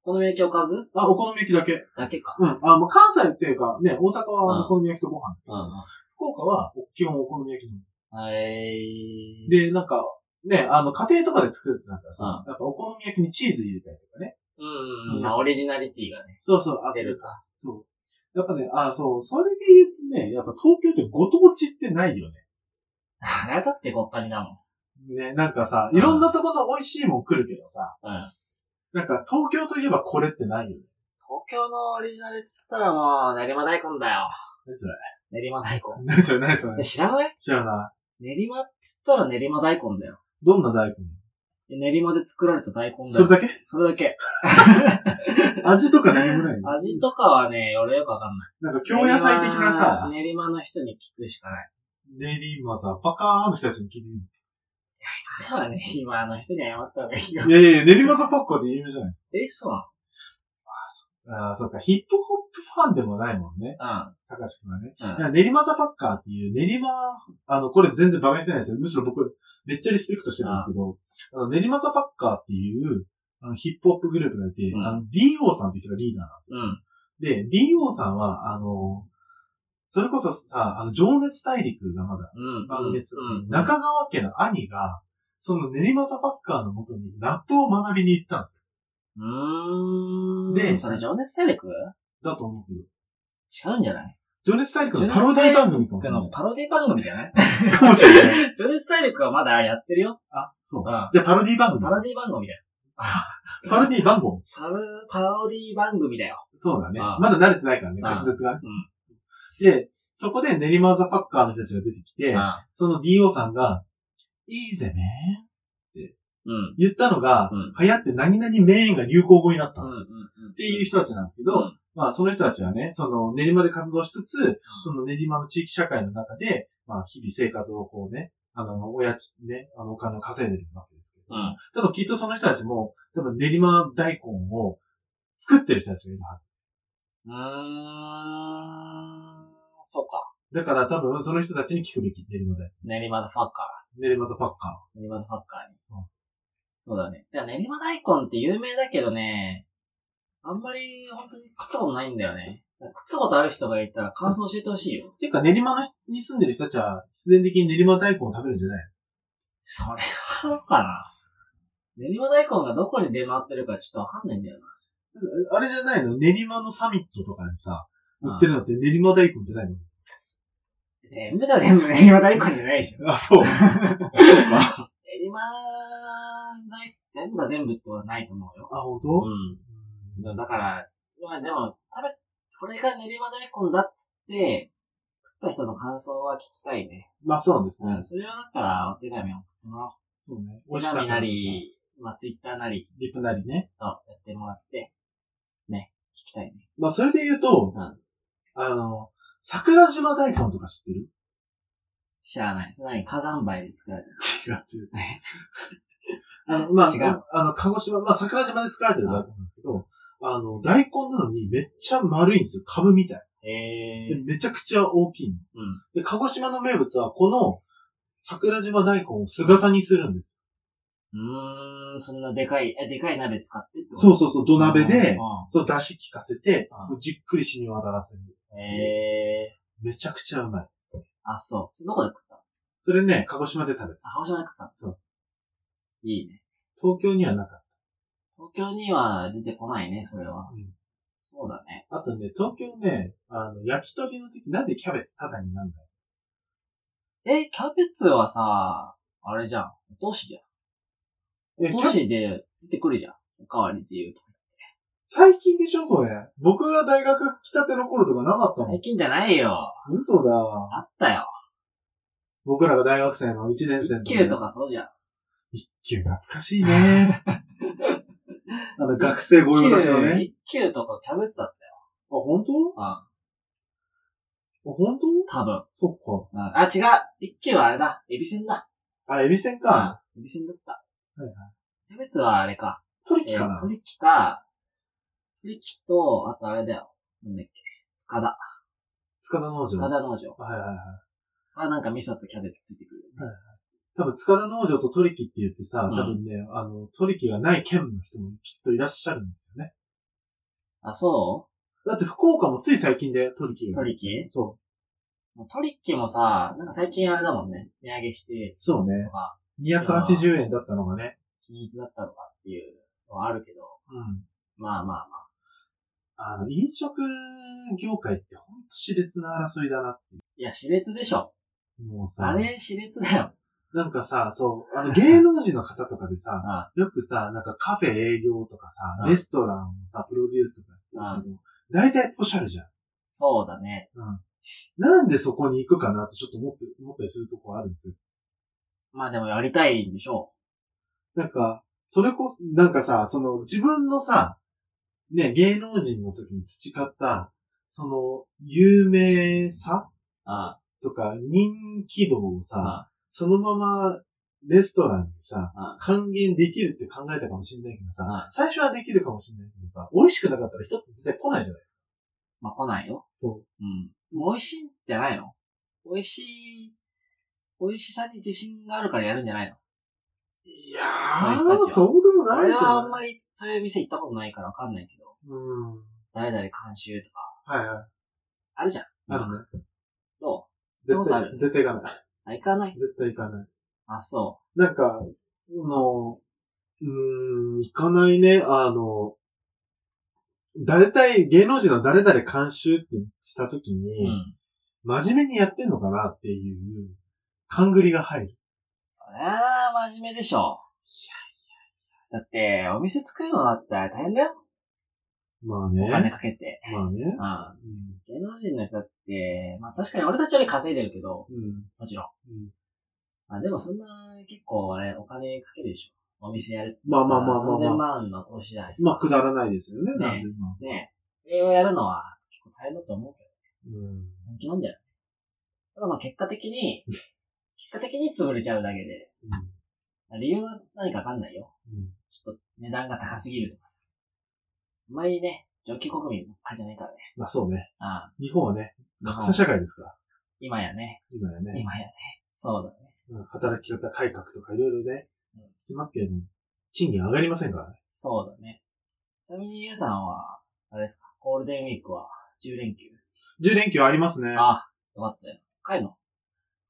A: お好み焼きおかず
B: あ、お好み焼きだけ。
A: だけか。
B: うん。あ、まあ、関西っていうか、ね、大阪はお好み焼きとご飯。
A: う
B: 福岡は基本お好み焼きの
A: ん。はい。、
B: で、なんか、ね、あの、家庭とかで作るってなったらさ、
A: う
B: やっぱお好み焼きにチーズ入れたりとかね。
A: うん、うん。まあ、オリジナリティがね、
B: そうそう、あ
A: 出る。か。
B: そう。やっぱね、あ、そう、それで言うとね、やっぱ東京ってご当地ってないよね。
A: あれだってごったりだもん。
B: ね、なんかさ、
A: うん
B: いろんなところの美味しいもん来るけどさ、
A: うん。
B: なんか東京といえばこれってないよね。
A: 東京のオリジナルっつったらもう、練馬大根だよ。
B: 何それ
A: 練馬大根。
B: 何それ何それ
A: え知らない
B: 知らない。
A: 練馬っつったら練馬大根だよ。
B: どんな大根
A: 練馬で作られた大根だ
B: それ
A: よ。
B: だけ
A: それだけ。
B: 味とか何もないの
A: 味とかはね、俺よくわかんない。
B: なんか京野菜的なさ、
A: 練馬練馬の人に聞くしかない。
B: 練馬さ、パカーンの人たちに聞いてみる。
A: そうだね、今あの人に謝った方がいいよ。
B: いやいや、練馬ザパッカーで有名じゃないです
A: え、そう
B: か。ああ、そっか、ヒップホップファンでもないもんね。
A: な
B: 高橋くんはね。
A: の
B: いや練馬ザパッカーっていう練馬、あの、これ全然バカにしてないですよ。むしろ僕、めっちゃリスペクトしてるんですけど、あの練馬ザパッカーっていう、あの、ヒップホップグループがいて、
A: うん
B: あの、DO さんっていう人がリーダーなんですよ。
A: うん。うん。
B: で、DO さんは、あの、それこそさ、あの、情熱大陸がまだ
A: うん。
B: 番組です、
A: うん。
B: 中川家の兄が、その練馬ザパッカーのもとにラップを学びに行ったんです
A: うーん。
B: で
A: それ情熱大陸違
B: よ。だと思うけど。
A: うんじゃない
B: 情熱大陸のパロディ番組かも
A: 僕
B: しれ
A: の
B: な
A: パロディ番組じゃない
B: い。 かもしれない。
A: 情熱大陸はまだやってるよ。
B: あ、そう。
A: うん
B: じゃあパロディ番組
A: パ。ロディ番組だよ。
B: パロディ番組。
A: パロ、パロディ番組だよ。
B: そうだね。
A: ああ
B: まだ慣れてないからね、
A: ああ
B: 滑舌がね
A: うん。
B: で、そこで練馬ザパッカーの人たちが出てきて、
A: う
B: その DO さんが、いいぜね。
A: ん。うん。
B: 言ったのが、
A: うん
B: 流行って何々名演が流行語になったんですよ。
A: っ
B: っていう人たちなんですけど、
A: うん
B: まあその人たちはね、その練馬で活動しつつ、その練馬の地域社会の中で、まあ日々生活をこうね、あの、おやち、ね、あの、お金を稼いでるわけですけど、
A: うん
B: 多分きっとその人たちも、多分練馬大根を作ってる人たちがいるは
A: うーん。そうか。
B: ず。だから多分その人たちに聞くべき、練馬で。
A: 練馬のファッカ
B: 練馬ザパッカ
A: ー。練馬のファッカーに。
B: ー。そうそ
A: そうだね。いや、練馬大根って有名だけどね、あんまり本当に食ったことないんだよね。食ったことある人がいたら感想教えてほしいよ。
B: う。ていうか練馬の人に住んでる人たちは、必然的に練馬大根を食べるんじゃない
A: それはどうかな。練馬大根がどこに出回ってるかちょっとわかんないんだよな。
B: あれじゃないの練馬のサミットとかにさ、売
A: あ
B: ってるのって練馬大根じゃないの
A: 全部が全部練馬大根じゃないでしょ。
B: あ、そう。そうか。
A: 練馬大根、全部が全部ってことはないと思うよ。
B: あ、本当
A: うん。だだから、まあでも、食べ、これが練馬大根だっつって、食った人の感想は聞きたいね。
B: まあそうなんですね。
A: それはだから、お手紙を送ってもらおう。
B: そうね。
A: お手紙な。り、まあツイッターなり、
B: リプなりね。
A: そう、やってもらって、ね、聞きたいね。
B: まあそれで言うと、
A: うん
B: あの、桜島大根とか知ってる
A: 知らない。何火山灰で作られた。
B: 違う違う。 あの、まあ、
A: 違う
B: あの、鹿児島、まあ桜島で作られてる大根なんですけど、あの、大根なのにめっちゃ丸いんですよ。株みたい。
A: え
B: でめちゃくちゃ大きいの。
A: うん。
B: で、鹿児島の名物はこの桜島大根を姿にするんです
A: うーん、そんなでかい、え、でかい鍋使ってって
B: よ。
A: こと
B: そうそうそう、土鍋で、
A: う
B: そう、出汁効かせて
A: う、
B: じっくり染み渡らせる。
A: んえー、
B: めちゃくちゃうまい。
A: あ、そう。それどこで食ったの
B: それね、鹿児島で食べた。
A: あ、鹿児島で食ったの
B: そう。
A: いいね。
B: 東京にはなかっ
A: 東京には出てこないね、それは。
B: うん
A: そうだね。
B: た。あとね、東京ね、あの、焼き鳥の時、なんでキャベツタダになんだよ。
A: え、キャベツはさ、あれじゃん。お通しじゃん。
B: え、キ
A: 都
B: ャベツ、
A: 市で出てくるじゃん。おかわり自由とか。
B: 最近でしょ、それ。僕が大学来たての頃とかなかったも
A: 最近じゃないよ。
B: ん。嘘だ。
A: あったよ。
B: 僕らが大学生の1年生の
A: 一
B: 時。
A: 級と。かそうじゃん。
B: 一級懐かしいね。あの、学生御用達のね。
A: 一級一級とかキャベツだったよ。
B: あ、本当
A: あ
B: あ、本当
A: 多分。
B: そっ
A: うんあ、違う。一級はあれだ。エビせんだ。
B: か。あ、エビせんか。
A: エビせんだった。
B: はいはい
A: キャベツはあれか。
B: トリ
A: え
B: キかな
A: ー、。トリキか、リキと、あとあれだよ。なんだっけ。塚田。
B: 塚田農場。
A: 塚
B: はい
A: 田農場。
B: はいはい。
A: あ、なんか味噌とキャベツついてくるよね。
B: 多分、塚田農場とトリキって言ってさ、
A: うん
B: 多分ね、あの、トリキがない県の人もきっといらっしゃるんですよね。
A: あ、そ
B: だって、福岡もつい最近でトリキ
A: う
B: が。
A: トリキ
B: そ
A: もうトリッキーもさ、なんか最近あれだもんね。値上げして
B: う。、そう
A: と
B: ね。
A: か、
B: 280円だったのがね。
A: 均一だったのかっていうのはあるけど、
B: うん。
A: まあまあまあ。
B: あの、飲食業界ってほんと熾烈な争いだな。
A: いや、熾烈でしょ。
B: もうさ。
A: あれ、熾烈だよ。
B: なんかさ、そう、あの、芸能人の方とかで さ、
A: あ
B: よくさ、なんかカフェ営業とかさ、
A: うん
B: レストランをさ、プロデュースとかしてるけど、大体ポシャルじゃん。
A: そうだね。
B: なんでそこに行くかなってちょっと思って、思ったりするとこあるんですよ。
A: まあでもやりたいんでしょ
B: なんか、それこそ、なんかさ、その自分のさ、ね、芸能人の時に培った、その、有名さ
A: う。あ
B: とか人気度を
A: あ、
B: さ、そのままレストランにさ、
A: あ
B: 還元できるって考えたかもしれないけどさ、
A: あ
B: 最初はできるかもしれないけどさ、美味しくなかったら人って絶対来ないじゃないですか。
A: まあ来ないよ。
B: そ
A: うん。もう美味しいんじゃないの美味しい、美味しさに自信があるからやるんじゃないの
B: う。いや
A: そういう人た
B: ー、
A: ちは
B: そうでもない
A: 俺
B: んじゃない
A: はあんまりそういう店行ったことないからわかんないけど、
B: うん。
A: 誰々監修とか
B: はいはい。
A: あるじゃん。
B: あるね。
A: ど
B: 絶
A: そうなる
B: 対、絶対行かない。
A: うあ、行かない
B: 絶対行かない。
A: あ、そう。
B: なんか、その、うーん、行かないね。あの、大体芸能人の誰々監修ってしたときに、
A: うん。
B: 真面目にやってんのかなっていう、勘ぐりが入る。
A: そりゃあ、真面目でしょ。いやいやいや。だって、お店作るのだったら大変だよ。
B: まあ
A: お金
B: ね。
A: かけて。
B: まあ
A: うん。
B: ね。うん
A: 芸能人の人だって、まあ確かに俺たちより稼いでるけど、
B: うん。
A: もちろん。
B: うん
A: まあでもそんな、結構あれ、お金かけるでしょ。お店やる。
B: まあまあまあまあ
A: 何千
B: まあ。
A: 万の投資じゃないですか。
B: まあ、くだらないですよね。
A: ね
B: なんでまあ
A: ねえ。それをやるのは、結構大変だと思うけど、
B: うん。
A: 本気なんじゃないただまあ結果的 に、結果的に潰れちゃうだけで、理由は何かわかんないよ。
B: うん
A: ちょっと値段が高すぎるとかさ。あんまりね、上級国民ばっかりじゃないからね。
B: まあそうね。
A: ああ
B: 日本はね、格差社会ですから。
A: 今やね。
B: 今やね。
A: 今やね。そうだね。
B: うん働き方改革とかいろいろね
A: うん、
B: してますけれども、賃金上がりませんからね。
A: そうだね。ちなみにゆうさんは、あれですか、ゴールデンウィークは10連休。
B: 10連休ありますね。
A: ああ、よかったです。帰るの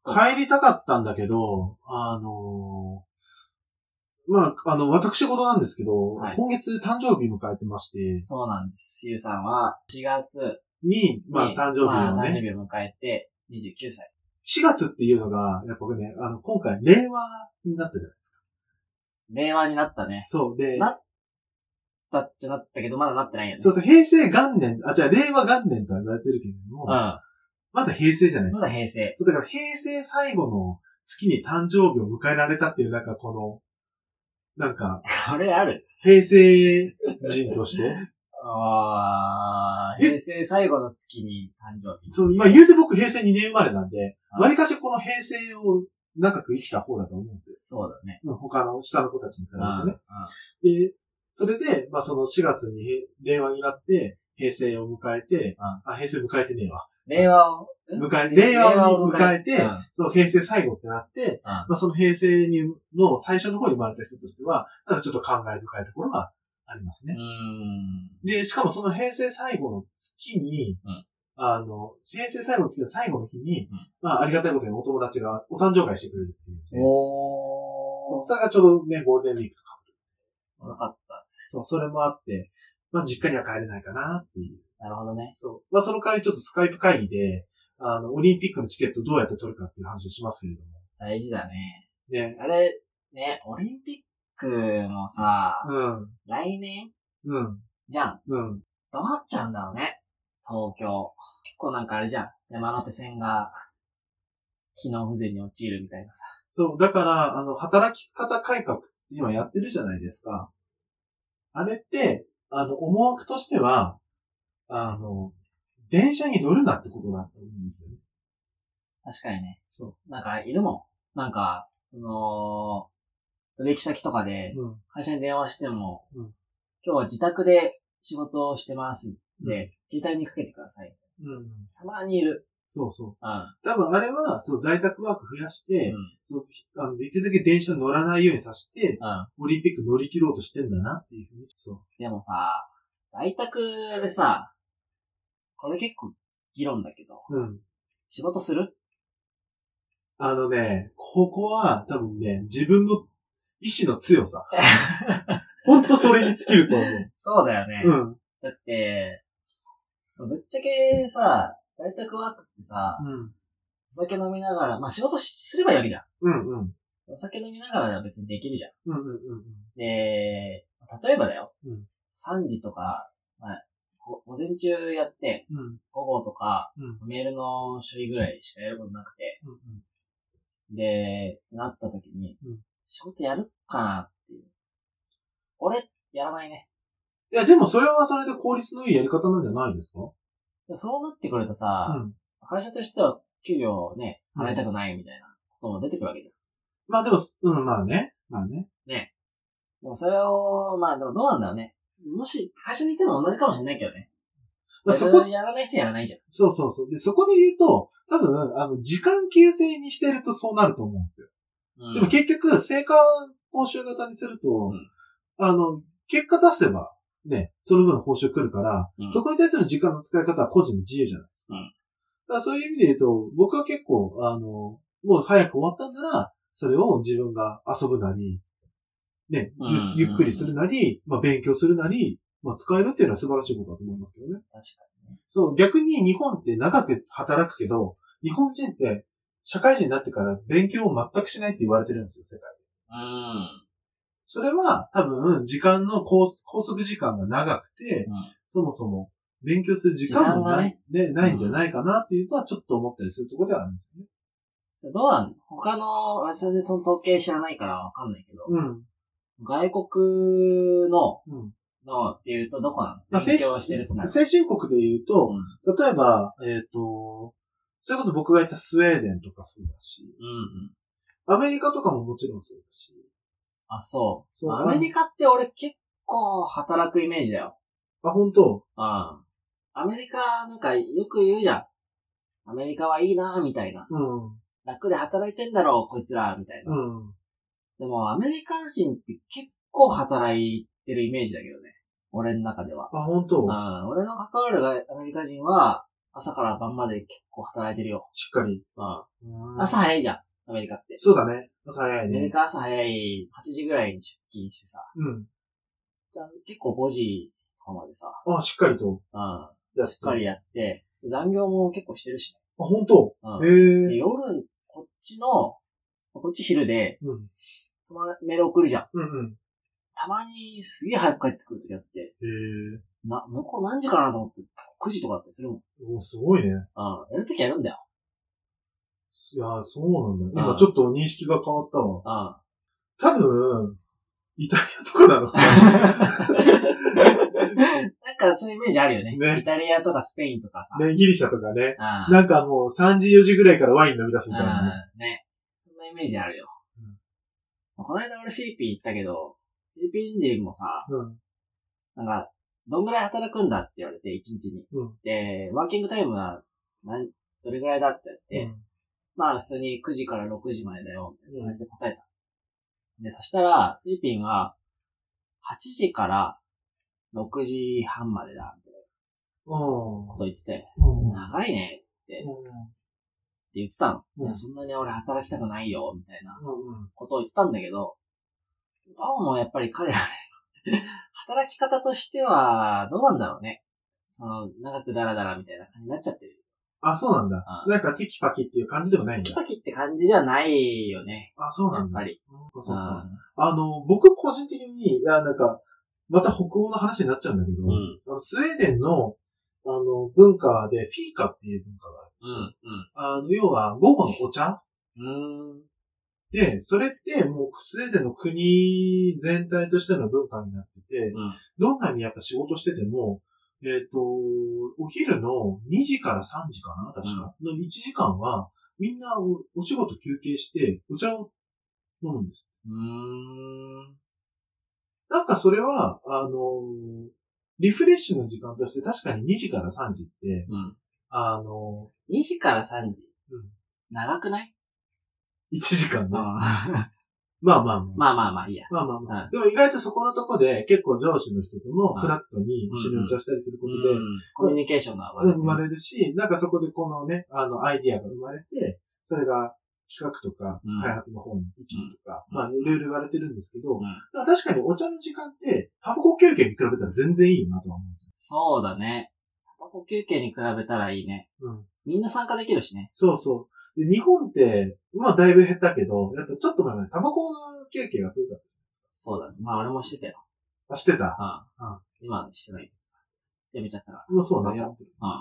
B: 帰りたかったんだけど、あのーまあ、あの、私事なんですけど、
A: はい
B: 今月誕生日迎えてまして、
A: そうなんです。ゆうさんは4月
B: に、
A: に、
B: まあ、誕生
A: ま
B: 日を
A: あ誕
B: ね、
A: 生日を迎えて29歳。
B: 4月っていうのが、やっぱね、あの、今回、令和になったじゃないですか。
A: 令和になったね。
B: そう、で、
A: なだってなったけど、まだなってないよね。
B: そうそう、平成元年、あ、じゃあ、令和元年とは言われてるけれども、
A: うん。ま
B: まだ平成じゃないですか。
A: だ平成。
B: そう、だから平成最後の月に誕生日を迎えられたっていう、なんかこの、なんか、
A: これある
B: 平成人として、
A: ああ、
B: え
A: 平成最後の月に誕生日。
B: そう、まあ言うて僕平成2年生まれなんで、わりかしこの平成を長く生きた方だと思うんですよ。
A: そうだね。
B: うん他の下の子たちに比べ
A: うん
B: てね。で、それで、まあその4月に令和になって、平成を迎えて、あ、平成迎えてねえわ。
A: 令和を、ん
B: 迎え、令和を迎えて、
A: うん
B: その平成最後ってなって、
A: うん
B: まあその平成にの最初の方に生まれた人としては、なんかちょっと感慨深いところがありますね
A: う。ん。
B: で、しかもその平成最後の月に、
A: うん
B: あの、平成最後の月の最後の日に、
A: うん
B: まあ、ありがたいことにお友達がお誕生会してくれるっていうね、
A: お
B: それがちょうどね、ゴールデンウィークとか。
A: ー。よかった。
B: そう、それもあって、まあ、実家には帰れないかなっていう。
A: なるほどね。
B: そう。まあ、その代わりちょっとスカイプ会議で、あの、オリンピックのチケットどうやって取るかっていう話をしますけれども。
A: 大事だね。
B: ね。
A: あれ、ね、オリンピックもさ、
B: うん。
A: 来年
B: うん。
A: じゃん。
B: うん。
A: どうなっちゃうんだろうね。東京。結構なんかあれじゃん。山手線が、機能不全に陥るみたいなさ。
B: そう、だから、あの、働き方改革っつって今やってるじゃないですか。あれって、あの、思惑としては、あの、電車に乗るなってことだと思うんですよね。
A: 確かにね。
B: そ
A: なんか、いるもん。なんか、その、取引先とかで、
B: う。うん。
A: 会社に電話しても、
B: うん
A: 今日は自宅で仕事をしてますんで、携帯にかけてください。
B: うん。
A: たまにいる。
B: そうそう。
A: うん。
B: 多分あれは、そう、在宅ワーク増やして、
A: うん
B: そう、あの、できるだけ電車乗らないようにさして、
A: うん。
B: オリンピック乗り切ろうとしてんだなっていうふうに。そ
A: でもさ、在宅でさ、これ結構議論だけど、
B: う。うん。
A: 仕事する
B: あのね、ここは多分ね、自分の意志の強 さ。ほんとそれに尽きると思う。
A: そうだよね
B: うん。うん。
A: だって、ぶっちゃけさ、在宅ワークってさ、お酒飲みながら、まあ仕事しすればいいわけじゃん。
B: うんうん。
A: お酒飲みながらは別にできるじゃん。
B: うんうんうん
A: で、例えばだよ。
B: うん
A: 3時とか、まあ、ご午前中やって、
B: うん。うん
A: 午後とか、
B: うん
A: メールの処理ぐらいしかやることなくて、
B: うんうん。
A: で、なった時に、
B: うん
A: 仕事やるかなっていう。俺、やらないね。
B: いや、でもそれはそれで効率のいいやり方なんじゃないですか
A: でもそうなってくるとさ、
B: ん。
A: 会社としては給料をね、
B: うん
A: 払いたくないみたいなことも出てくるわけじゃん。
B: まあでも、うん、まあね。まあね。
A: でもそれを、まあでもどうなんだろうね。もし、会社にいても同じかもしれないけどね。
B: まあそ
A: そ
B: こ
A: こ、やらない人やらないじゃん。
B: そうそうそう。で、そこで言うと、多分、あの、時間給制にしてるとそうなると思うんですよ。
A: うん
B: でも結局、成果報酬型にすると、
A: ん
B: あの、結果出せば、ね、その分報酬来るから、
A: うん
B: そこに対する時間の使い方は個人の自由じゃないですか。
A: うん
B: だからそういう意味で言うと、僕は結構、あの、もう早く終わったんなら、それを自分が遊ぶなり、ね、
A: うんうんうん
B: ゆゆっくりするなり、まあ勉強するなり、まあ使えるっていうのは素晴らしいことだと思いますけどね。
A: 確か
B: そう、逆に日本って長く働くけど、日本人って社会人になってから勉強を全くしないって言われてるんですよ、世界で。それは多分時間の拘束拘束時間が長くて、
A: うん
B: そもそも勉強する時間もない、ね、ないんじゃないかなっていうのはちょっと思ったりするところではあるんですよね。
A: うん。どうなん他の、私はね、その統計知らないからわかんないけど、
B: うん。
A: 外国の、
B: うん。
A: のっていうとどこな
B: ま
A: の
B: あ、
A: 勉
B: 先
A: 強してるってなる。
B: 先進国で言うと、
A: うん
B: 例えば、えっ、と、それこそ僕が言ったスウェーデンとかそうだし、
A: うん。
B: アメリカとかももちろんそうだし、
A: あ、そう。
B: そう
A: アメリカって俺結構働くイメージだよ。
B: あ、本当
A: うん。アメリカ、なんかよく言うじゃん。アメリカはいいなみたいな。
B: うん。
A: 楽で働いてんだろう、こいつら、みたいな。
B: うん。
A: でも、アメリカ人って結構働いてるイメージだけどね。俺の中では。
B: あ、本当
A: うん、俺の関わるがアメリカ人は、朝から晩まで結構働いてるよ。
B: しっかり。
A: うん。朝早いじゃん、アメリカって。
B: そうだね。朝早
A: ア
B: い
A: メリ
B: ね。
A: カ朝早い、8時ぐらいに出勤してさ。
B: うん。
A: じゃあ結構5時とかまでさ、
B: あ、しっかりと。
A: うん。
B: やっ
A: しっかりやって、残業も結構してるし、
B: あ、本当
A: う
B: へ
A: ん。で
B: え。
A: 夜、こっちの、こっち昼で、
B: うん。
A: たまメール送るじゃん。
B: うんうん。
A: たまにすげえ早く帰ってくる時あって、
B: へえ。
A: な、向こう何時かなと思って、9時とかだってするもん。
B: お、すごいね。い
A: うん。やるときやるんだよ。
B: や、そうなんだ。
A: う
B: 今
A: ん
B: ちょっと認識が変わった
A: う
B: わ。
A: ん。
B: 多分、イタリアとかだろう。
A: なんかそういうイメージあるよね。
B: ね
A: イタリアとかスペインとかさ。
B: ね、ギリシャとかね。
A: ああ
B: なんかもう3時4時ぐらいからワイン飲み出すみたいなね。
A: うんね。そんなイメージあるよ。
B: うん
A: この間俺フィリピン行ったけど、フィリピン人もさ、
B: うん。
A: なんか、どんぐらい働くんだって言われて、1日に。
B: うん。
A: で、ワーキングタイムは、なん、どれぐらいだって言って、まあ普通に9時から6時までだよ、みたいな感じで答えた。で、そしたら、フィリピンは、8時から6時半までだ、みたいな
B: うん。
A: こと言ってて、
B: うん。
A: 長いね、つって、って言ってたの。いや、そんなに俺働きたくないよ、みたいな
B: う
A: ことを言ってたんだけど、どうもやっぱり彼ら ね、働き方としては、どうなんだろうね。その、長くダラダラみたいな感じになっちゃってる。
B: あ、そうなんだ。
A: うん
B: なんかテキパキっていう感じではないん
A: キ
B: だ。
A: パキって感じではないよね。
B: あ、そう
A: や
B: な
A: っ
B: んだ。
A: ぱり。
B: そう
A: う
B: か。
A: ん。
B: あの、僕個人的に、いや、なんか、また北欧の話になっちゃうんだけど、
A: うん。
B: あのスウェーデンの、あの、文化でフィーカっていう文化があるんで
A: う
B: すよ
A: ん。
B: あの、要は、午後のお茶
A: うん。う
B: で、それってもうスウェーデンの国全体としての文化になってて
A: ー、ん。
B: どんなにやっぱ仕事してても、えっ、と、お昼の2時から3時かな確か、の1時間は、みんなおお仕事休憩して、お茶を飲むんです。
A: うん。
B: なんかそれは、あのーリフレッシュの時間として確かに2時から3時って、
A: うん。
B: あの、
A: 2時から3時。
B: うん
A: 長くない
B: 1時間ね。
A: あ
B: まあまあまあ。
A: まあまあまあ、いいや。
B: まあまあま
A: う
B: あ。でも意外とそこのとこで結構上司の人ともフラットに一緒にお茶したりすることで、
A: うんコミュニケーションが
B: 生まれるし、なんかそこでこのね、あの、アイディアが生まれて、それが企画とか
A: うん
B: 開発の方に行きとか、
A: うん
B: まあ、いろいろ言われてるんですけど、
A: うん
B: だから確かにお茶の時間って、タバコ休憩に比べたら全然いいよなとは思うんです
A: そうだね。タバコ休憩に比べたらいいね。
B: よ。うん。
A: みんな参加できるしね。
B: そうそう。で、日本って、まあ、だいぶ減ったけど、やっぱちょっと前までタバコの休憩がすごかっ
A: そうだね。まあ俺もしてたよ。
B: た。あ、してた。
A: うん。今はしてないけどさ。やめちゃったから。
B: もうそうね。
A: うん。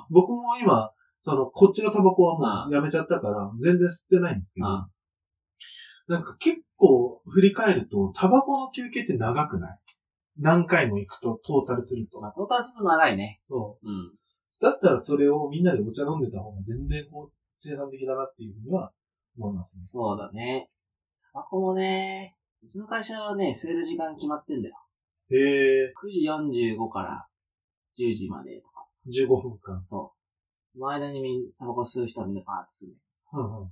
B: 僕も今、その、こっちのタバコはもうやめちゃったから、全然吸ってないんですけど、
A: うん
B: なんか結構振り返ると、タバコの休憩って長くない何回も行くと、トータルすると。
A: まあトータルすると長いね。
B: そ
A: うん。
B: う。だったらそれをみんなでお茶飲んでた方が全然こう、生産的だなっていうふうには思いますね。
A: そうだね。タバコもね、うちの会社はね、吸える時間決まってんだよ。
B: へえ、
A: 9時45から10時までとか。
B: 15分間。
A: そう。その間にみんタバコ吸う人はみんなパーッと吸うね。
B: うんうん。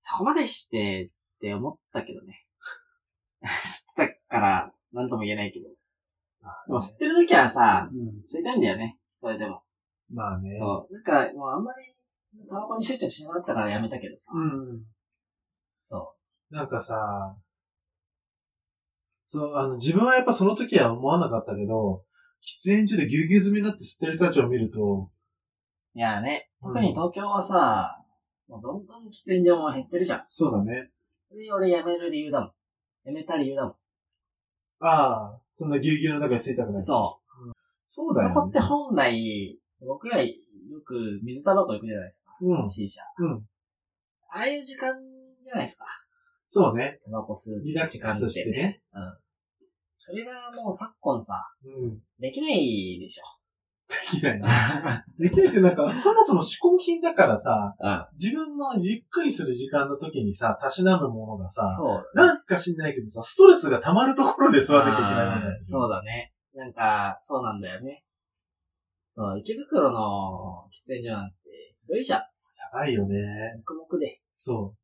A: そこまでしてって思ったけどね。 吸ったから、なんとも言えないけど。でも吸ってる時はさ、
B: うん
A: 吸いたいんだよね。それでも。
B: まあね。
A: そう。なんか、もうあんまり、タバコに執着しなかったからやめたけどさ。
B: うん。
A: そ
B: なんかさ、そう、あの、自分はやっぱその時は思わなかったけど、喫煙所でぎゅうぎゅう詰めになって吸ってる人たちを見ると、
A: う。いやね、
B: うん
A: 特に東京はさ、もうどんどん喫煙所も減ってるじゃん。
B: そうだね。
A: で、俺辞める理由だもん。辞めた理由だも。
B: ああ、そんなぎゅうぎゅうの中で吸いたくなんい。
A: そ
B: そう
A: う。
B: だ
A: タ
B: よ、
A: バコ
B: ね。
A: って本来、僕らよく水タバコ行くじゃないですか。
B: うん。
A: C 社。
B: うん。
A: ああいう時間じゃないですか。
B: そうね。
A: タバコ吸う
B: リラッ
A: 時間
B: ク
A: っ
B: スしてて。ね。
A: それがもう昨今さ、
B: うん。
A: できない でしょ。
B: できないね。できないってなんか、そもそも嗜好品だからさ、
A: うん。
B: 自分のゆっくりする時間の時にさ、たしなむものがさ、
A: そうだね。
B: なんか知んないけどさ、ストレスが溜まるところで吸わなきゃいけないもんだよ
A: あーそうだね。なんか、そうなんだよね。そう、池袋の喫煙所なんて、ひどいじゃん。
B: やばいよね。
A: 黙々で。
B: そ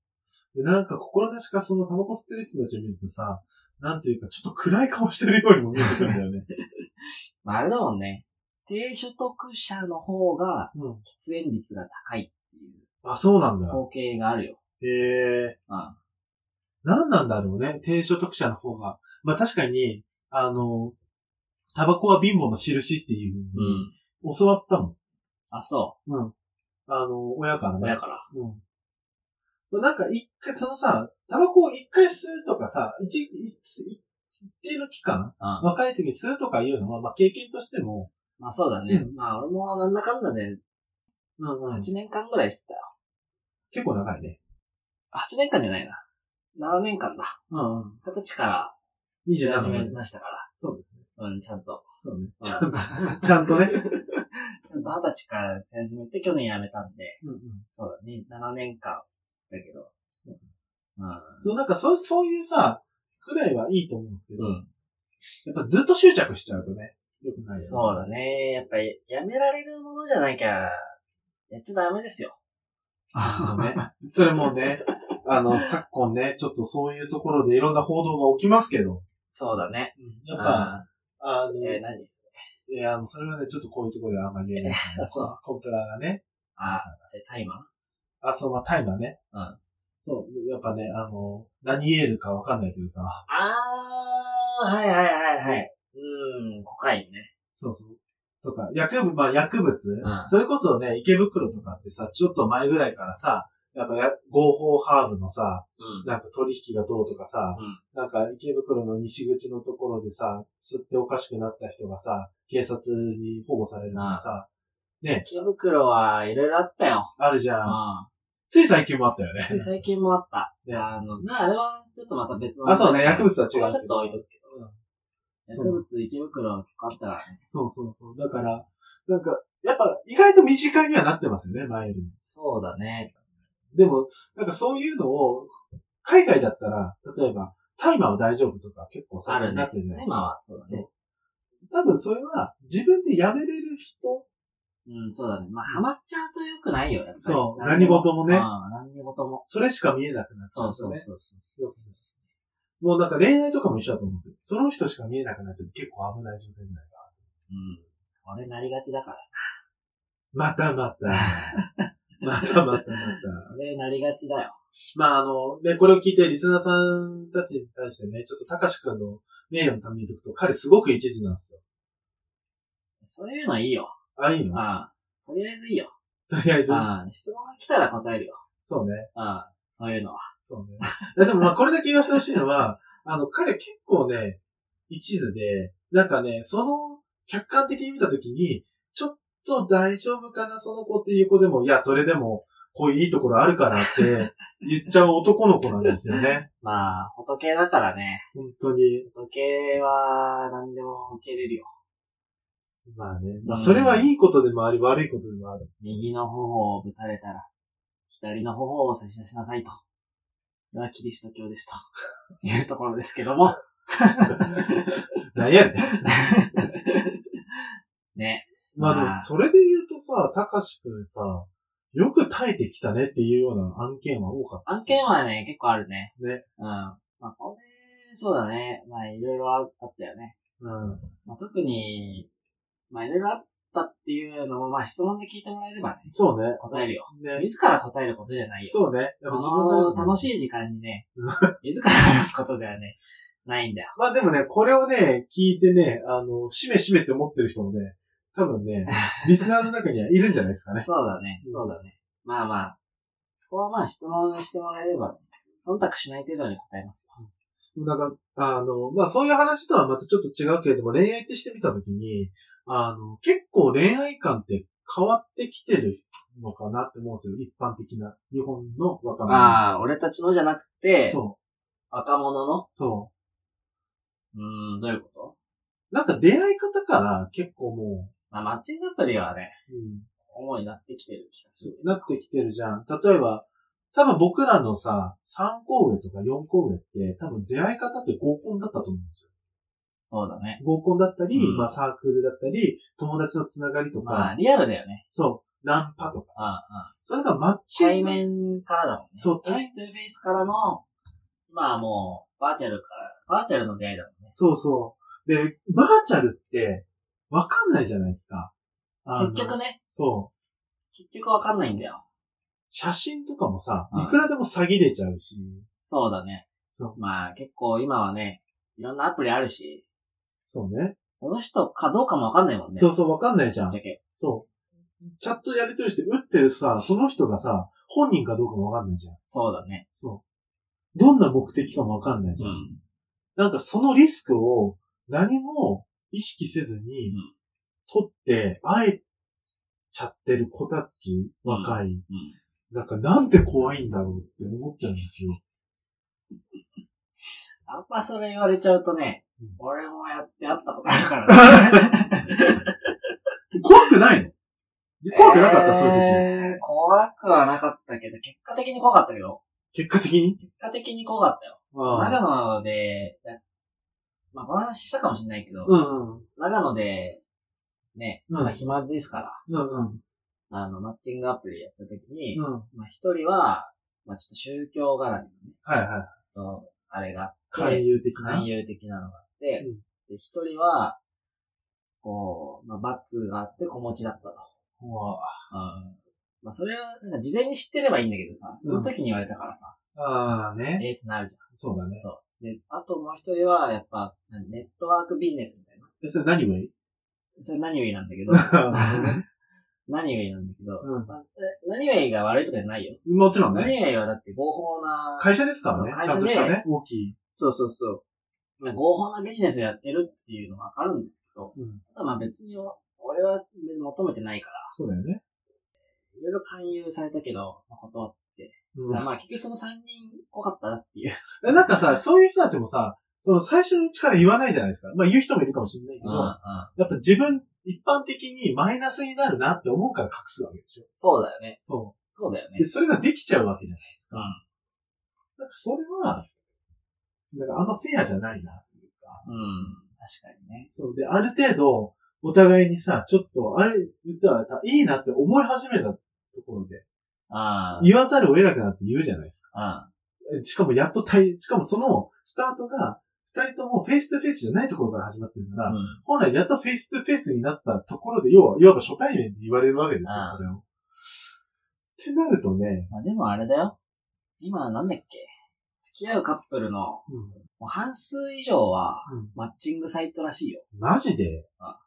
B: う。で、なんか心なしかそのタバコ吸ってる人たちを見るとさ、なんていうかちょっと暗い顔してるようにも見えてくるんだよ ね。
A: まあ、あれだもんね。低所得者の方が
B: うん。
A: 喫煙率が高いっていう
B: あ、そうなんだ。
A: 統計があるよ。
B: へえ。
A: うん。
B: なんなんだろうね。低所得者の方が。まあ確かに、あの、タバコは貧乏の印っていうふうに
A: ん。
B: 教わったも
A: あ、そ
B: ん。うん。あの、親から
A: う。
B: ね
A: だ。から。
B: うん。なんか一回、そのさ、タバコを一回吸うとかさ、一、一一定の期間、
A: うん。
B: 若い時に吸うとかいうのは、まあ経験としても、
A: まあ、そうだね。
B: う
A: まあ、俺もなんだかんだで、
B: うんうん
A: 8年間ぐらいしてたよ。
B: 結構長いね。
A: 8年間じゃないな。7年間だ。
B: うんうん。
A: 二十歳から
B: 27
A: 始
B: 年
A: めましたから。
B: そうですね。
A: うん、ちゃんと。
B: そうね。
A: うん
B: ちゃんと、 ちゃんとね。
A: ちゃんと二十歳からし始めて、去年辞めたんで、
B: うんうん。
A: そうだね、7年間、だけど。う
B: そう、なんかそう、そういうさ、くらいはいいと思うんですけど、
A: ん。
B: やっぱずっと執着しちゃうとね、よくないよ、ね。
A: そうだね。やっぱり、やめられるものじゃなきゃ、やっちゃダメ ですよ。
B: あのね。それも ね、あの、昨今ね、ちょっとそういうところでいろんな報道が起きますけど、
A: そうだね。
B: やっぱ、あ
A: うん、
B: の、
A: えー、何です
B: いや、あのそれはね、ちょっとこういうところではあんまり言えない。
A: あそう
B: コンプラがね、
A: あ、えタイマー
B: あ、そう、まあ、タイマーね。
A: うん。
B: そう、やっぱね、あの、何言えるかわかんないけどさ、
A: あー、はいはいはいはい。うん、コカインね。
B: そうそう。とか、薬物、まあ薬物、
A: ん
B: それこそね、池袋とかってさ、ちょっと前ぐらいからさ、やっぱや合法ハーブのさ、
A: うん。
B: なんか取引がどうとかさ、
A: うん
B: なんか池袋の西口のところでさ、吸っておかしくなった人がさ、警察に保護されるのがさ、
A: 池袋はいろいろあったよ。
B: あるじゃ。
A: うんん。
B: つい最近もあったよね。
A: つい最近もあった。
B: ね
A: あの、な、あれはちょっとまた別の。
B: あ、そうね、薬物とは違
A: これは
B: う
A: ちょっ
B: け
A: と
B: ど。
A: 置いとくけど。
B: そ
A: 薬
B: う
A: 物、池袋とかあったからね。
B: そうそうそう。だから、なんか、やっぱ意外と身近にはなってますよね、前より。
A: そうだね。
B: でも、なんかそういうのを、海外だったら、例えば、タイマーは大丈夫とか結構さ、
A: あるね
B: なってるじゃないですか。
A: 今は、そうだね。
B: 多分それは自分でやめれる人
A: うん、そうだね。まあ、ハマっちゃうと良くないよ、やっぱり。
B: そう
A: で
B: 何事もね
A: ああ何事も。
B: それしか見えなくなっちゃ
A: そううん
B: です
A: そ
B: よ
A: う
B: ね。
A: そうそう。
B: そうそうそうもうなんか恋愛とかも一緒だと思うんですよ。その人しか見えなくなっちゃって結構危ない状態じゃないか
A: うん。俺なりがちだから。
B: な。またまた。またまたまた。
A: 俺なりがちだよ。
B: まああの、ね、これを聞いてリスナーさんたちに対してね、ちょっと高志くんの名誉のために言っとくと、彼すごく一途なんですよ。
A: そういうのいいよ。
B: あ、いいの
A: ああ。とりあえずいいよ。
B: とりあえず。
A: ああ。質問が来たら答えるよ。
B: そうね。
A: ああ。そういうのは。
B: そうね。 いやでもまあこれだけ言わせてほしいのは、あの、彼結構ね、一途で、なんかね、その、客観的に見たときに、ちょっと大丈夫かな、その子っていう子でも、いや、それでも、こういういいところあるから って、言っちゃう男の子なんですよね。
A: まあ、仏だからね。
B: 本当に。
A: 仏は何でも受けれるよ。
B: まあね。まあ、それはいいことでもあり、悪いことでもある。
A: 右の頬をぶたれたら、左の頬を差し出しなさいと。これはキリスト教ですと。 いうところですけども。
B: なんやねん。
A: ね。
B: まあで
A: ま
B: も
A: あ、
B: それで言うとさ、たかしくんさ、よく耐えてきたねっていうような案件は多かった。
A: 案件はね、結構あるね。
B: ね。
A: うん。まあ、これ、そうだね。まあ、いろいろあったよね。
B: うん。
A: まあ、特に、まあ、いろいろあったっていうのも、まあ、質問で聞いてもらえればね、
B: そうね。
A: 答えるよ。
B: ね。
A: 自ら答えることじゃないよ。
B: そうね。やっぱ自分
A: この楽
B: い。
A: しい時間に ね
B: うん、
A: 自ら話すことではね、ないんだよ。
B: まあでもね、これをね、聞いてね、あの、しめしめって思ってる人もね、多 分ね、リスナーの中にはいるんじゃないですかね。
A: そうだね、
B: うん
A: そうだね。まあまあ、そこはまあ質問してもらえれば、忖度しない程度に答えますよ。
B: なんか、あの、まあそういう話とはまたちょっと違うけれども、恋愛ってしてみたときに、あの、結構恋愛観って変わってきてるのかなって思うんですよ。一般的な日本の若者。
A: ああ、俺たちのじゃなくて、
B: そ
A: 若者の
B: う、そう
A: ーん、どういうこと
B: う。なんか出会い方から結構も
A: まあ、マッチングアプリはね、
B: う、うん、
A: 主になってきてる気がする。
B: なってきてるじゃん。例えば、多分僕らのさ、3校上とか4校上って、多分出会い方って合コンだったと思うんですよ。
A: そうだね。
B: 合コンだったり、
A: うん
B: まあサークルだったり、友達のつながりとか、
A: まあ、リアルだよね。
B: そう、ナンパとか
A: う
B: さ、
A: んうん。
B: それがマッチ
A: 対
B: ング。
A: 面からだもんね。
B: そう
A: フェイストゥフェイスからの、まあもう、バーチャルから、バーチャルの出会いだもんね。
B: そうそう。で、バーチャルって、わかんないじゃないですか。あの
A: 結局ね、
B: そう。
A: 結局わかんないんだよ。
B: 写真とかもさ、
A: うん
B: いくらでも詐欺れちゃうし、
A: そうだね。
B: そう
A: まあ結構今はね、いろんなアプリあるし、
B: そうね。
A: その人かどうかもわかんないもんね。
B: そうそう、わかんないじゃん
A: ぶっち。ゃけ。
B: そう。チャットやり取りして打ってるさ、その人がさ、本人かどうかもわかんないじゃん。
A: そうだね。
B: そう。どんな目的かもわかんないじゃん。
A: ん。
B: なんかそのリスクを何も意識せずに
A: うん、
B: 取って、あえちゃってる子たち、若い、
A: うん。
B: なんかなんて怖いんだろうって思っちゃうんで すよ。
A: あんまそれ言われちゃうとね、
B: うん
A: 俺もやってあったことあるから、ね。
B: 怖くないの 怖くなかった、そういう時。
A: えー怖くはなかったけど、結果的に怖かったけど、
B: 結果的に
A: 結果的に怖かったよ。
B: ああ。
A: 長野で、だまあこの話したかもしれないけど、
B: うんうん。
A: 長野で、ね、
B: うん
A: まあ暇ですから、
B: うんうん。
A: あの、マッチングアプリやった時に、
B: うん。はい
A: まあ一人は、まあちょっと宗教絡みのね、
B: はい。
A: ちょっとあれがあっ
B: 勧
A: て、
B: 誘的な。
A: 勧誘的なのがあって、
B: うん
A: で、一人は、こう、まあ、罰があって子持ちだったと。
B: うわ
A: まあ、それは、なんか事前に知ってればいいんだけどさ、その時に言われたからさ、
B: ああね。
A: ええってなるじゃ
B: そうだ
A: ん。
B: ね。
A: そう。で、あともう一人は、やっぱ、何ネットワークビジネスみたいな。
B: え、それ何がいい
A: それ何よりなんだけど、何よりなんだけど、
B: うん
A: まあ、え何よりが悪いとかじゃないよ。
B: もちろんね。
A: 何よりはだって合法な、
B: 会社ですからね。
A: 会
B: ちゃ
A: 社
B: ん
A: で
B: としたね。大きい。
A: そうそうそう。まあ合法なビジネスやってるっていうのはわかるんですけど、
B: うん
A: ただまあ別に俺は求めてないから、
B: そうだよね。
A: いろいろ勧誘されたけど、まあ断って。
B: うん
A: まあ結局その3人多かったなっていう。
B: えなんかさ、そういう人たちもさ、その最初のうちから言わないじゃないですか。まあ言う人もいるかもしれないけど、やっぱ自分、一般的にマイナスになるなって思うから隠すわけでしょ。
A: そうだよね。
B: そ
A: そうだよ
B: う。
A: ね
B: で、。それができちゃうわけじゃないです
A: う
B: か。なんかそれは、なんかあんまフェアじゃないな。
A: ん。うん。確かにね。
B: そう。で、ある程度、お互いにさ、ちょっと、あれ言ったら、いいなって思い始めたところで、
A: あ
B: 言わざるを得なくなって言うじゃないですか。
A: あ、あ
B: えしかもやっと対、しかもその、スタートが、二人ともフェイストゥフェイスじゃないところから始まってるから、
A: あ、うん。
B: 本来やっとフェイストゥフェイスになったところで、要は、いわば初対面で言われるわけですよ
A: あ、あ
B: それを。ってなるとね、
A: まあでもあれだよ。今なんだっけ。付き合うカップルの、もう半数以上は、
B: うん
A: マッチングサイトらしいよ。
B: マジで
A: あ、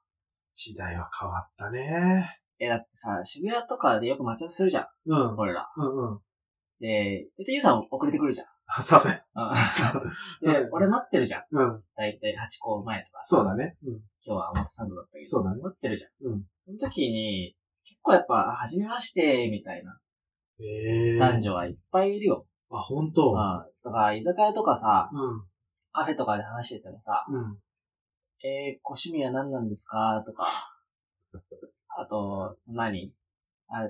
B: 時代は変わったね。
A: え、だってさ、渋谷とかでよく待ち合わせするじゃん。
B: うん、うん、
A: 俺ら。
B: うん。
A: で、で、ゆうさん遅れてくるじゃん。
B: あさせ、
A: うん
B: そう
A: で、俺待ってるじゃん。
B: うん。
A: だいたい8個前とか。
B: そうだね。うん。
A: 今日は表参道だったけど。
B: そうだね
A: 待ってるじゃん。
B: うん。
A: その時に、結構やっぱ、あはじめまして、みたいな
B: ええ
A: 男女はいっぱいいるよ。
B: あ、本当
A: あだから、居酒屋とかさ、
B: うん。
A: カフェとかで話しててもさ、
B: うん。
A: えー、ご趣味は何なんですかとか、あと、何あ、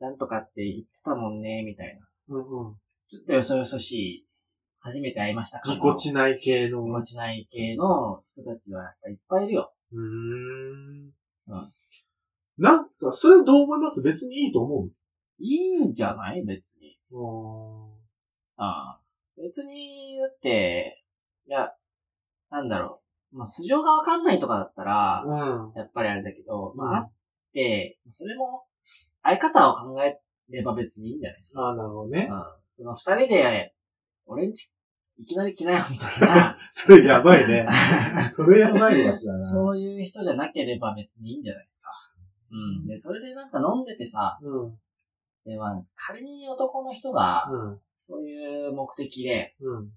A: なんとかって言ってたもんね、みたいな。
B: うんうん。
A: ちょっとよそよそしい、初めて会いましたか
B: ぎこちない系の。
A: お
B: う
A: 持ちない系の人たちはやっぱいっぱいいるよ。
B: ーん
A: うん。
B: なんか、それどう思います別にいいと思
A: いいんじゃない別に。
B: う
A: ああ。別に、だって、いや、なんだろう。まあ、素性がわかんないとかだったら、
B: うん。
A: やっぱりあれだけど、ま
B: うん
A: あ、あって、それも、相方を考えれば別にいいんじゃないですか。
B: ああ、なるほどね。
A: うん。その二人で、俺んち、いきなり来なよ、みたいな。
B: それやばい ね。それやばいやつだな。
A: そういう人じゃなければ別にいいんじゃないですか。うん。で、それでなんか飲んでてさ、
B: うん。うん。
A: で、まあ、仮に男の人が、そういう目的で、
B: うん。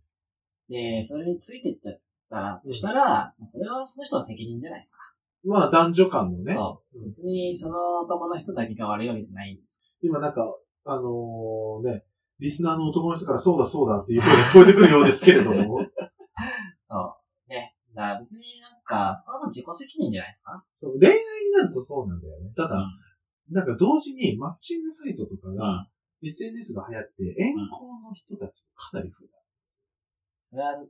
A: で、それについてっちゃったら、
B: うん
A: そしたら、それはその人の責任じゃないですか。
B: まあ、男女間のね。
A: そう。別に、その男の人だけが悪いわけじゃないんです。
B: 今なんか、あのーね、リスナーの男の人からそうだそうだっていう声が聞こえてくるようですけれど
A: そ
B: も。
A: う。ね。だから別になんか、そこはもう自己責任じゃないですか。
B: そう恋愛になるとそうなんだよね。た
A: う
B: だ、
A: ん
B: なんか同時にマッチングサイトとかが、SNS が流行って、遠行の人たちかなり増えた。
A: それは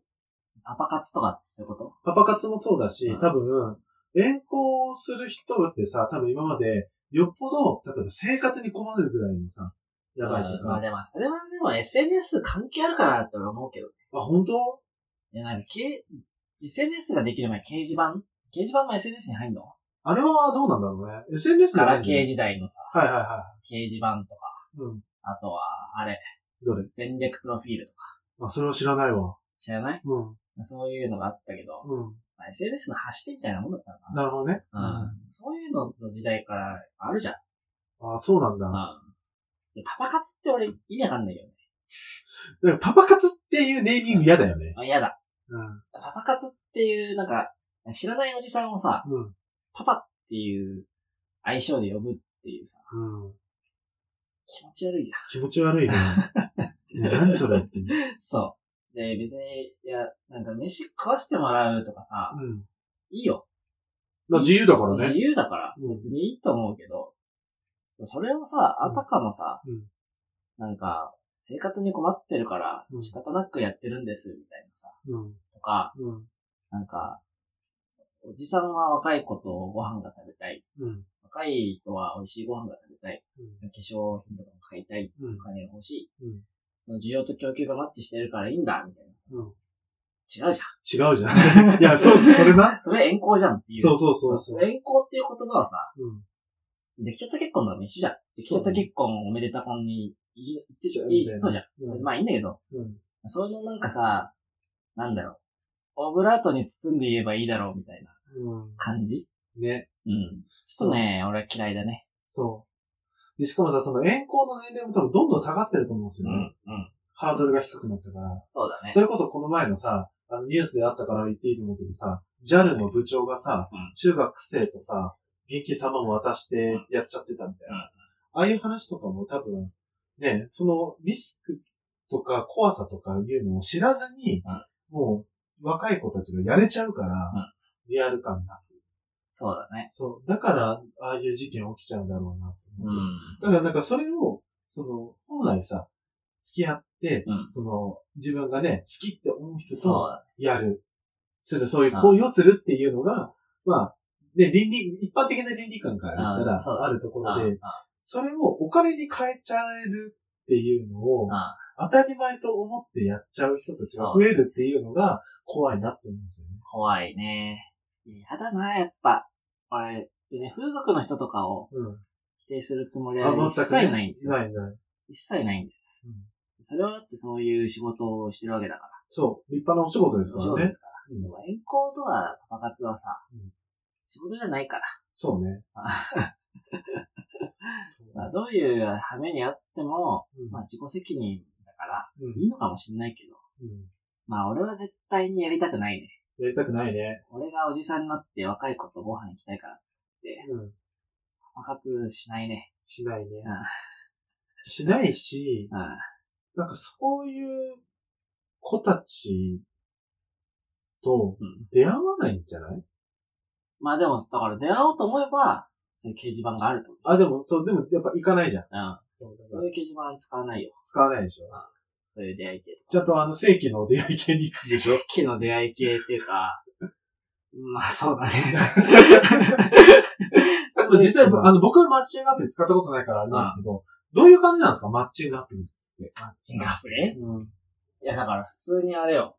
A: パパ活とかってそういうこと
B: パパ活もそうだし
A: うん、
B: 多分、遠行する人ってさ、多分今まで、よっぽど、例えば生活に困るぐらいのさ、やばいと
A: うんまあ
B: か。
A: でも、それはでも SNS 関係あるかなって俺思うけど。
B: あ、本当
A: いや、なんか、け SNS ができる前、掲示板掲示板も SNS に入んの
B: あれはどうなんだろうね。SNS
A: ガ
B: だ
A: ラケー時代のさ、
B: はいはいは
A: 掲示板とか、
B: い。うん。
A: あとは、あれ、
B: どれ
A: 全略プロフィールとか、
B: あ、それは知らないわ。
A: 知らない
B: うん。
A: そういうのがあったけど、
B: うん。
A: まあ SNS の走ってみたいなもんだったのか
B: なるほどね。
A: な。うん。そういうのの時代からあるじゃん。
B: あ、そうなんだ。
A: うん。でパパ活って俺意味わかんないよね。
B: だからパパ活っていうネーミング嫌だよね。
A: あ、嫌だ。
B: うん。
A: パパ活っていう、なんか、知らないおじさんをさ、
B: うん。
A: パパっていう愛称で呼ぶっていうさ、
B: うん。
A: 気持ち悪いや。
B: 気持ち悪い ね。ね何それって。う
A: そう。で、別に、いや、なんか飯食わせてもらうとかさ、
B: ん。
A: いいよ。
B: まあ自由だからね
A: 自。由だから、
B: うん
A: 別にいいと思うけど、それをさ、あたかもさ、
B: うん
A: なんか、生活に困ってるから
B: う、ん
A: 仕方なくやってるんです、みたいなさ、
B: うん。
A: とか、
B: うん。
A: なんか、おじさんは若い子とご飯が食べたい。
B: うん。
A: 若い人は美味しいご飯が食べたい。
B: うん
A: 化粧品とかも買いたい。
B: うん
A: お。金が欲しい。
B: うん
A: その需要と供給がマッチしてるからいいんだ、みたいな。
B: うん。
A: 違うじゃん。
B: 違うじゃん。 いや、そう、それな。
A: それ遠行じゃんっていう。
B: そうそうそうそう。
A: 遠行っていう言葉はさ、
B: うん。
A: できちゃった結婚だも一緒じゃん。できちゃっ
B: そ
A: た
B: うね
A: 結婚おめでた婚に、いじいじ
B: そう
A: い
B: ね
A: そうじゃ
B: うん
A: ん。まあいいんだけど、
B: うん。
A: そのなんかさ、なんだろう。オブラートに包んで言えばいいだろうみたいな
B: うん。
A: 感じ
B: ね。
A: うん。ちょっとね、俺は嫌いだね。
B: そう。で、しかもさ、その遠行の年齢も多分どんどん下がってると思うんですよね。。
A: うん。
B: ハードルが低くなったから。
A: そうだね
B: そ。れこそこの前のさ、あのニュースであったから言っていいと思うけどさ、JAL の部長がさ、
A: うん
B: 中学生とさ、現金様も渡してやっちゃってたみたいな。ああいう話とかも多分、ね、そのリスクとか怖さとかいうのを知らずに、
A: うん
B: もう若い子たちがやれちゃうから、リアル感が。
A: そうだね。
B: そう。だから、ああいう事件起きちゃうんだろうなって思うし。
A: ん。
B: だからなんかそれを、その、本来さ、付き合って、
A: うん
B: その、自分がね、好きって思う人
A: そう
B: と
A: だね。
B: やる。する、そういう行為をするっていうのが、まあ、で、倫理、一般的な倫理観から言った
A: あそう
B: ら、
A: だ
B: あるとこ
A: あ
B: ろで、それをお金に変えちゃえるっていうのを、
A: あ
B: 当たり前と思ってやっちゃう人たちが増えるっていうのが怖いなって思うんですよね。
A: 怖いね。やだな、やっぱ。俺、ね、風俗の人とかを
B: うん。
A: 否定するつもりは一切ないんですよ。
B: ないない。
A: 一切ないんです。
B: うん
A: それはだってそういう仕事をしてるわけだから。
B: そう。立派なお仕事です
A: そ
B: か
A: う
B: ら
A: で
B: ね
A: す。から。でも遠行とかパパ活はさ、
B: うん
A: 仕事じゃないから。
B: そうね。
A: まあ、どういう羽目にあっても、
B: うん
A: まあ自己責任だから、
B: うん
A: いいのかもしれないけど。
B: うん
A: まあ俺は絶対にやりたくないね。
B: やりたくないね。
A: 俺がおじさんになって若い子とご飯行きたいから、
B: うん。
A: パパ活しないね。
B: しないね
A: あ。
B: しないし、
A: うん。
B: なんかそういう子たちと
A: うん
B: 出会わないんじゃない
A: まあでも、だから出会おうと思えば、そういう掲示板があると思う。
B: あ、でも、そう、でもやっぱ行かないじゃん。
A: うん。
B: そう
A: そういう掲示板使わないよ。
B: 使わないでしょ。
A: そういう出会い系とか。
B: ちゃんとあの正規の出会い系に行くでしょ
A: さっきの出会い系っていう か、まあ そうだね。
B: でも実際、あの、僕はマッチングアプリ使ったことないからあれなんですけど、どういう感じなんですかマッチングアプリって。マッ
A: 違う。ね。
B: うん。
A: いやだから普通にあれよ。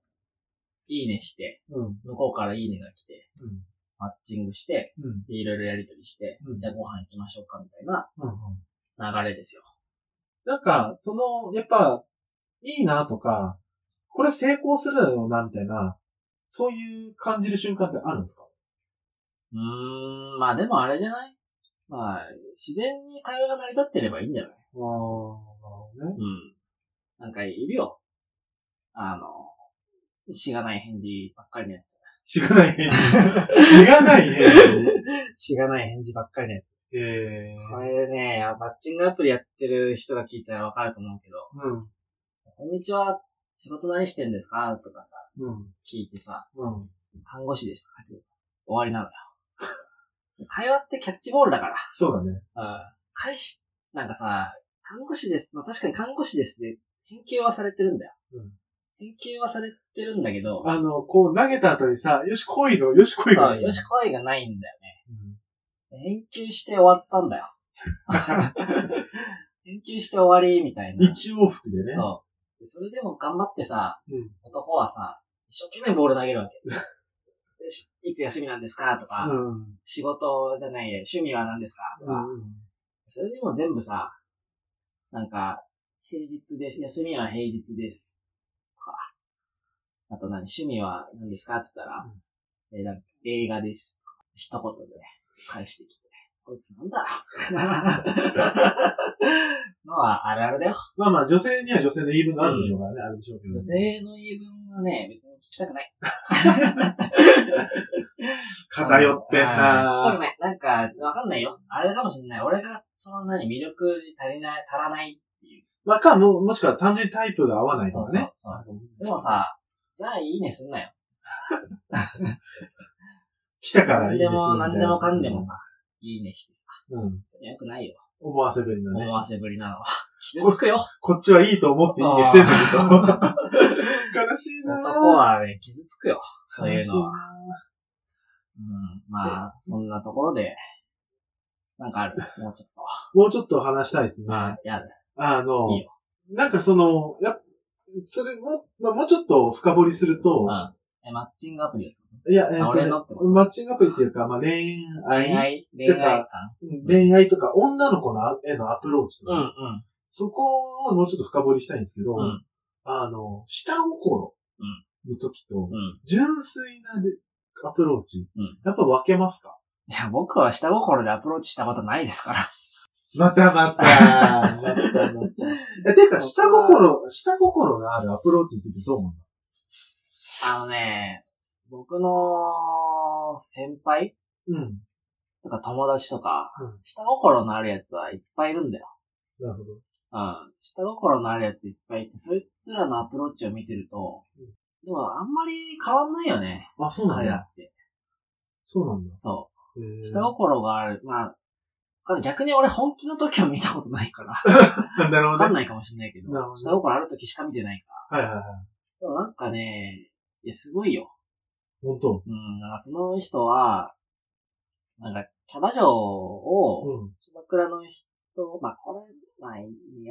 A: いいねして、
B: うん。
A: 向こうからいいねが来て、
B: うん。
A: マッチングして、
B: うん。
A: でいろいろやりとりして、
B: うん
A: じゃあご飯行きましょうかみたいな
B: うん。
A: 流れですよ。
B: なんか、その、やっぱ、いいなとか、これ成功するだろうな、みたいな、そういう感じる瞬間ってあるんですか
A: うーん、まあでもあれじゃないまあ、自然に会話が成り立ってればいいんじゃない
B: ああ、なるほどね。
A: うん。なんかいるよ。あの、しがない返事ばっかりのやつ。
B: 知ら ない返事。知らない返事。
A: しがない返事ばっかりのやつ。
B: え
A: これね、マッチングアプリやってる人が聞いたらわかると思うけど、
B: うん。
A: こんにちは、仕事何してんですかとかさ、
B: うん。
A: 聞いてさ、
B: うん。
A: 看護師ですかって終わりなのよ。 会話ってキャッチボールだから。
B: そうだね。
A: 返し、なんかさ、看護師です。まあ確かに看護師ですね。返球はされてるんだよ。
B: うん
A: 返球はされてるんだけど、
B: あの、こう投げた後にさ、よし来いの、よし来い
A: そ
B: の。
A: う、よし声がないんだよ
B: うん。
A: ね。返球して終わったんだよ。 返球して終わり、みたいな。
B: 一往復でね。
A: そう。でそれでも頑張ってさ、
B: うん。
A: 男はさ、一生懸命ボール投げるわけ。でしいつ休みなんですかとか、
B: うん。
A: 仕事じゃないや、趣味は何ですかとか、それでも全部さ、なんか、平日です。休みは平日です。とか。あと何趣味は何ですかって言ったら、えーなんか映画です。一言で返してきて。こいつなんだ のはあるあるだよ。
B: まあまあ、女性には女性の言い分があるんでしょうからね、あるでしょうけど。
A: 女性の言い分はね、別に聞きたくない。
B: 偏ってん
A: あー聞きた
B: な
A: くない。なんか、わかんないよ。あれかもしんない。俺がそんなに魅力に足りない、足らない。
B: まあか、も、もしくは単純にタイプが合わないとかね。
A: そうそうそう。でもさ、じゃあいいねすんなよ。
B: 来たからい
A: 何
B: いで。
A: ですも、何でもかんでも
B: み
A: さ、いいねしてさ、
B: たいな。うん。
A: よくないよ。
B: 思わせぶりな
A: 思
B: ね。
A: わせぶりなの は。傷つくよ。
B: こっちはいいと思っていいねしてんだけ ど。悲しいな
A: 男はね、傷つくよ。そう
B: 悲
A: い
B: し
A: う
B: い
A: の
B: な
A: は。うん。まあ、そんなところで、なんかある。もうちょっと。
B: もうちょっと話したいですね。
A: まあ、やだ。
B: あの
A: いい、
B: なんかその、やっそれも、まあ、もうちょっと深掘りすると、
A: うん。え、マッチングアプリ。
B: いや、えっとね
A: 俺のってこと
B: マッチングアプリっていうか、まあ恋
A: 恋
B: 愛、
A: 愛恋愛感
B: うん恋愛とか女の子のあへのアプローチとか、
A: ん
B: そこをもうちょっと深掘りしたいんですけど、
A: うん。
B: あの、下心の時と、
A: うん。
B: 純粋なでアプローチ、
A: うん
B: やっぱ分けますか
A: いや、僕は下心でアプローチしたことないですから。
B: またまた。またまた。 え、てか、下心、下心があるアプローチについてどう思います
A: あのね、僕の先輩
B: うん。
A: とか友達とか、
B: うん
A: 下心のあるやつはいっぱいいるんだよ。
B: なるほど。
A: うん。下心のあるやついっぱいいて、そいつらのアプローチを見てると、
B: うん
A: でもあんまり変わんないよね。
B: あ、そうな
A: あ
B: ん
A: れだ
B: だ。
A: って。
B: そうなんだ。
A: そ
B: へ
A: う。
B: ー
A: 下心がある。まあ、逆に俺本気の時は見たことないから、
B: なるほ
A: わか
B: ど
A: ん
B: ね。
A: ないかもしれないけど、
B: なるほど
A: 下心ある時しか見てないから。
B: はいはいはい。
A: でもなんかね、いや、すごいよ。
B: 本当。
A: うん、なんかその人は、なんか、キャバ嬢を、
B: うん。
A: 芝倉の人、まあ、これ、まあ、や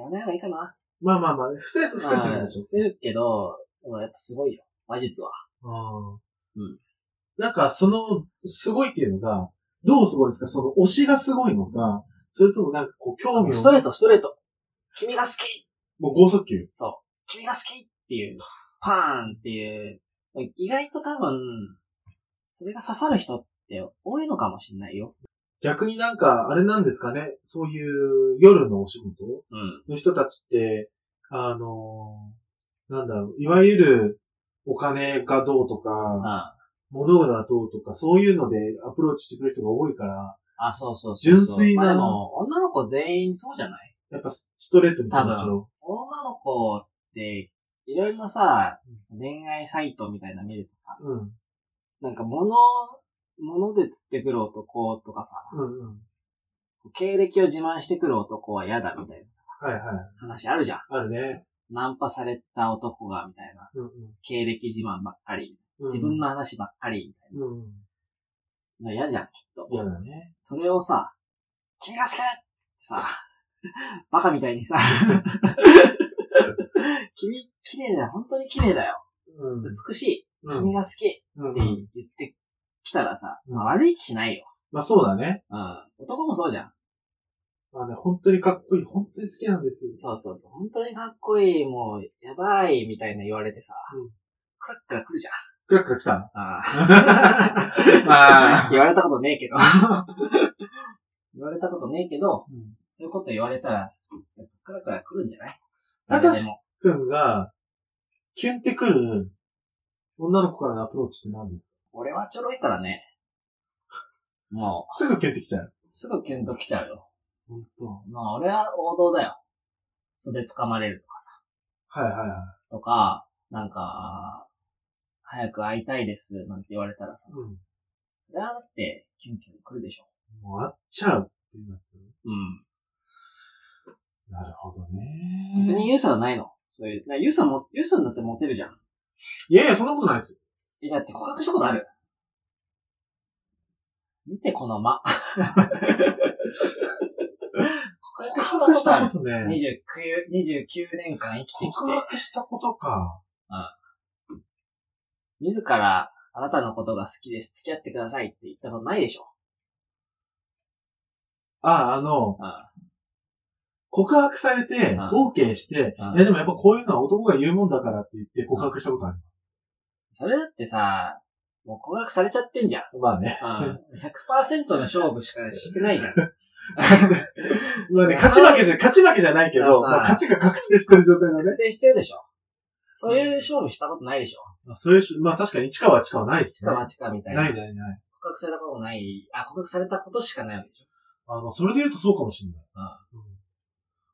A: めない方がいいかな。
B: まあまあまあ、伏せ、伏せてる
A: まあ
B: でしょ
A: 伏せるけど、でもやっぱすごいよ。話術は。。
B: あー
A: うん。
B: なんか、その、すごいっていうのが、どうすごいんですかその推しがすごいのか、それともなんかこう、興味
A: ストレ
B: を、
A: ート、ストレート。君が好き
B: もう剛速球。
A: 君が好きっていう、パーンっていう、意外と多分、それが刺さる人って多いのかもしれないよ。
B: 逆になんか、あれなんですかねそういう夜のお仕事
A: うん。
B: の人たちって、あのーなんだろう、いわゆるお金がどうとか、
A: あ
B: 物がどうとか、そういうのでアプローチしてくる人が多いから、
A: あ、そうそうそうそう。
B: 純粋な
A: まあでも、女の子全員そうじゃない
B: やっぱストレートに気持ちを。
A: 女の子って、いろいろなさ、恋愛サイトみたいなの見るとさ、
B: うん。
A: なんか物、物で釣ってくる男とかさ、
B: うんうん。
A: 経歴を自慢してくる男は嫌だみたいなさ
B: はいはい。
A: 話あるじゃん。
B: あるね。
A: ナンパされた男がみたいな。
B: うんうん
A: 経歴自慢ばっかり。
B: うん。
A: 自分の話ばっかりみたい
B: うんうん。
A: な。嫌じゃん、きっと。
B: 嫌だね。
A: それをさ、君が好きってさ、 バカみたいにさ、 君、綺麗だよ、本当に綺麗だよ、
B: うん。
A: 美しい、
B: う
A: 君
B: ん
A: が好きって
B: うん。
A: 言ってきたらさ、
B: うん
A: まあ悪い気しないよ。
B: まあそうだね。
A: うん。男もそうじゃん。
B: まあね、本当にかっこいい。本当に好きなんです。
A: そうそうそう、本当にかっこいい、もう、やばい、みたいな言われてさ
B: うん、
A: クラックラ来るじゃん。
B: クラクラ来 た。
A: あー
B: まあ
A: 言われたことねえけど。言われたことねえけど、そういうこと言われたら、クラクラ来るんじゃない
B: た
A: 誰
B: か
A: で
B: し
A: も。
B: くんが、キュンってくる女の子からのアプローチって何です
A: 俺はちょろいからね。も
B: かすぐキュンってきちゃう。
A: う、すぐキュンと来ちゃうよ。
B: 本当。
A: まあ、俺は王道だよ。袖掴まれる
B: はいはいはい。
A: とか、なんか、早く会いたいです、なんて言われたらさ、
B: うん。
A: それはだって、キュンキュン来るでしょ。
B: もう会っちゃうっていうなってる
A: うん。
B: なるほど
A: 逆に
B: ね。
A: ユーサはないのそういう、なユーサも、ユーサになってモテるじゃん。
B: いやいや、そんなことないですよ。
A: え、だって告白したことある見て、この間。告白したこ
B: し
A: とあ
B: た
A: る。
B: ことね。
A: 29、29年間生きてきて、
B: 告白したことか。
A: 自ら、あなたのことが好きです、付き合ってくださいって言ったことないでしょ。
B: あ、あの、
A: う
B: 告白されて、
A: う
B: OK して、
A: うん
B: いやでもやっぱこういうのは男が言うもんだからって言って告白したことある。
A: それだってさ、もう告白されちゃってんじゃん。
B: まあね。
A: うん、100%の勝負しかしてない じゃん。
B: まあね、勝ち負けじゃ、勝ち負けじゃないけど、
A: いやさ
B: まあ勝ちが確定してる状態だね。
A: 確定してるでしょ。そういう勝負したことないでしょ。
B: まあそういうし、まあ確かに近は近はないです
A: 近
B: ね。
A: 場近みたいな。
B: ない
A: 告
B: ないない。
A: 白されたことない、あ、告白されたことしかないわけでしょ。
B: あの、それで言うとそうかもしれない。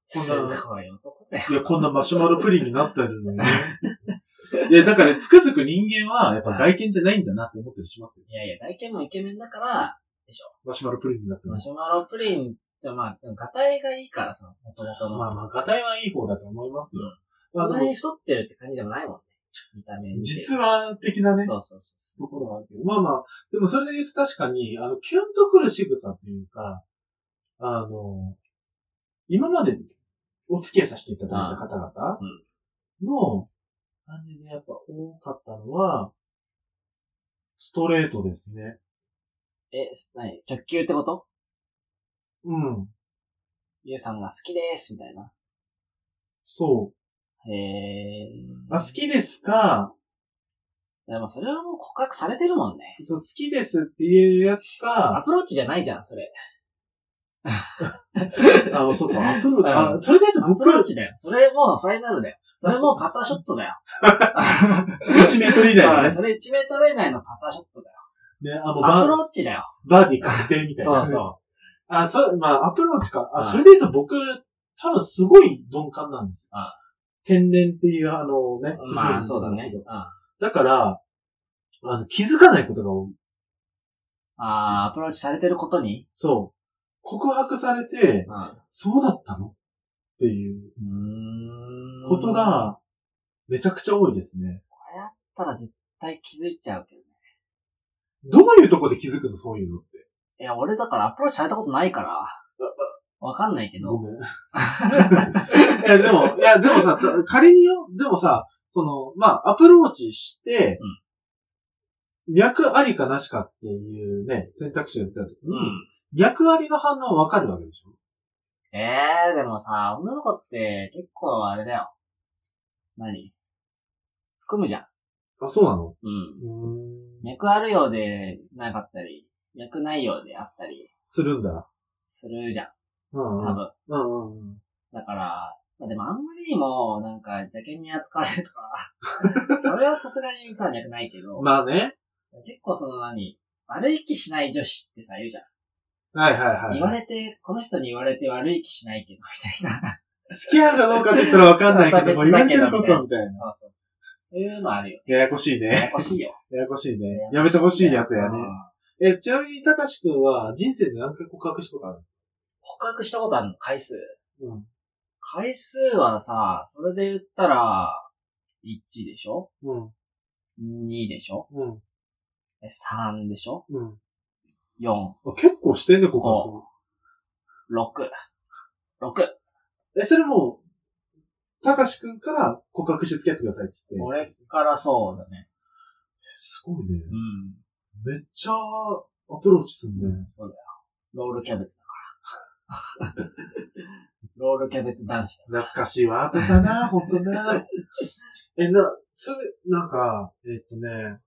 B: こ
A: す
B: んな
A: ごい男だよ。
B: いや、こんなマシュマロプリンになってるのにね。いや、だから、つくづく人間は、やっぱ外見じゃないんだなって思ったりしますよ。
A: いやいや、大見もイケメンだから、
B: マシュマロプリンになって
A: マ
B: ます。
A: シュマロプリンっつって、まあ、ガタイがいいからさ、もともとの。
B: まあまあ、ガタイはいい方だと思いますよ。ま
A: そん
B: あ
A: な
B: でも
A: に太ってるって感じでもないもんね。見た目に。
B: 実は的なね、
A: そうそうそう
B: と
A: そ
B: こ
A: う。
B: ろがあるけど。まあまあ、でもそれで言うと確かに、あの、キュンとくる仕草っていうか、あの、今までですお付き合いさせていただいた方々の感じでやっぱ多かったのは、ストレートですね。
A: え、何直球ってこと
B: うん。
A: ゆうさんが好きです、みたいな。
B: そ
A: へ
B: う。
A: ー。
B: あ、好きですか
A: でもそれはもう告白されてるもんね。
B: そう、好きですっていうやつ
A: ア
B: か、
A: プローチじゃないじゃん、それ。
B: あ、もうそうか、アプローチ。
A: あ
B: あ、それで言う
A: ア
B: と
A: プロー
B: 僕、
A: チだよ。それもうファイナルだよ。それもうパターショットだよ。
B: 1メートル以内の
A: はい
B: ね。
A: それ1メートル以内のパターショットだよ。
B: ね、あの、
A: アプ
B: バー、
A: ローチだよ。
B: バーディー確定みたい
A: そ
B: な。
A: うそ
B: あ、そう、まあ、アプローチか。あ、
A: うん
B: それで言うと僕、多分すごい鈍感なんですよ。
A: うん
B: 天然っていう、あのね、
A: う。まあ、 そうだね。う
B: 進むんです
A: ん
B: けど。だから、あの、気づかないことが多い。
A: あーアプローチされてることに
B: そう。告白されて、
A: う
B: そうだったのっていう
A: ーん。
B: こと
A: だ
B: が、めちゃくちゃ多いですね。
A: ったら絶対気づいちゃうけどね。
B: どういうとこで気づくのそういうのって。
A: いや、俺だからアプローチされたことないから、わかんないけ
B: ご
A: ど、
B: めん。 いや、でも、いや、でもさ、た仮によ、でもさ、その、まあ、アプローチして、脈ありかなしかっていうね、選択肢が出た時に、
A: うん。
B: 脈ありの反応はわかるわけでしょ
A: ええー、でもさ、女の子って結構あれだよ。何含むじゃん。
B: あ、そうなの
A: うん。
B: うーん。
A: 脈あるようでなかったり、脈ないようであったり
B: するんだ。
A: するじゃん。
B: うん
A: 多
B: うん。
A: 分。
B: うんうんうん。
A: だから、まあ、でもあんまりにも、なんか、邪険に扱われるとか、 それはさすがにさ、脈ないけど、
B: まあね。
A: 結構その何、悪い気しない女子ってさ、言うじゃん。
B: はいはい
A: 言
B: は
A: わ
B: い。
A: れて、この人に言われて悪い気しないけど、みたい な。
B: 付き合うかどうかって言ったらわかんないけども、
A: また別
B: 言わ
A: だ
B: れて
A: けど
B: ることはみたいな。
A: そうそう。そういうのあるよ。
B: ややこしい
A: や
B: ね。
A: やこしいよ。
B: ややこしいね。 やめてほしいやつやね。え、ちなみに、たかしくんは人生で何回告白したことある
A: 告白したことあるの回数。
B: うん。
A: 回数はさ、それで言ったら、1でしょ
B: うん。
A: ?2 でしょ
B: うん。
A: え ?3 でしょ
B: うん。
A: ?4、
B: あ結構してんね、告
A: 6。6。
B: 白。え、それもう、たかしくんから告白して付き合ってくださいっつって。
A: 俺からそうだね。
B: すごいね。
A: う
B: めっちゃアプローチすんね
A: ん。。そうだよ。ロールキャベツだ から。ロールキャベツ男子だ。
B: 懐かしいワードだ な、ほんとな。え、な、それ、なんか、えっとね、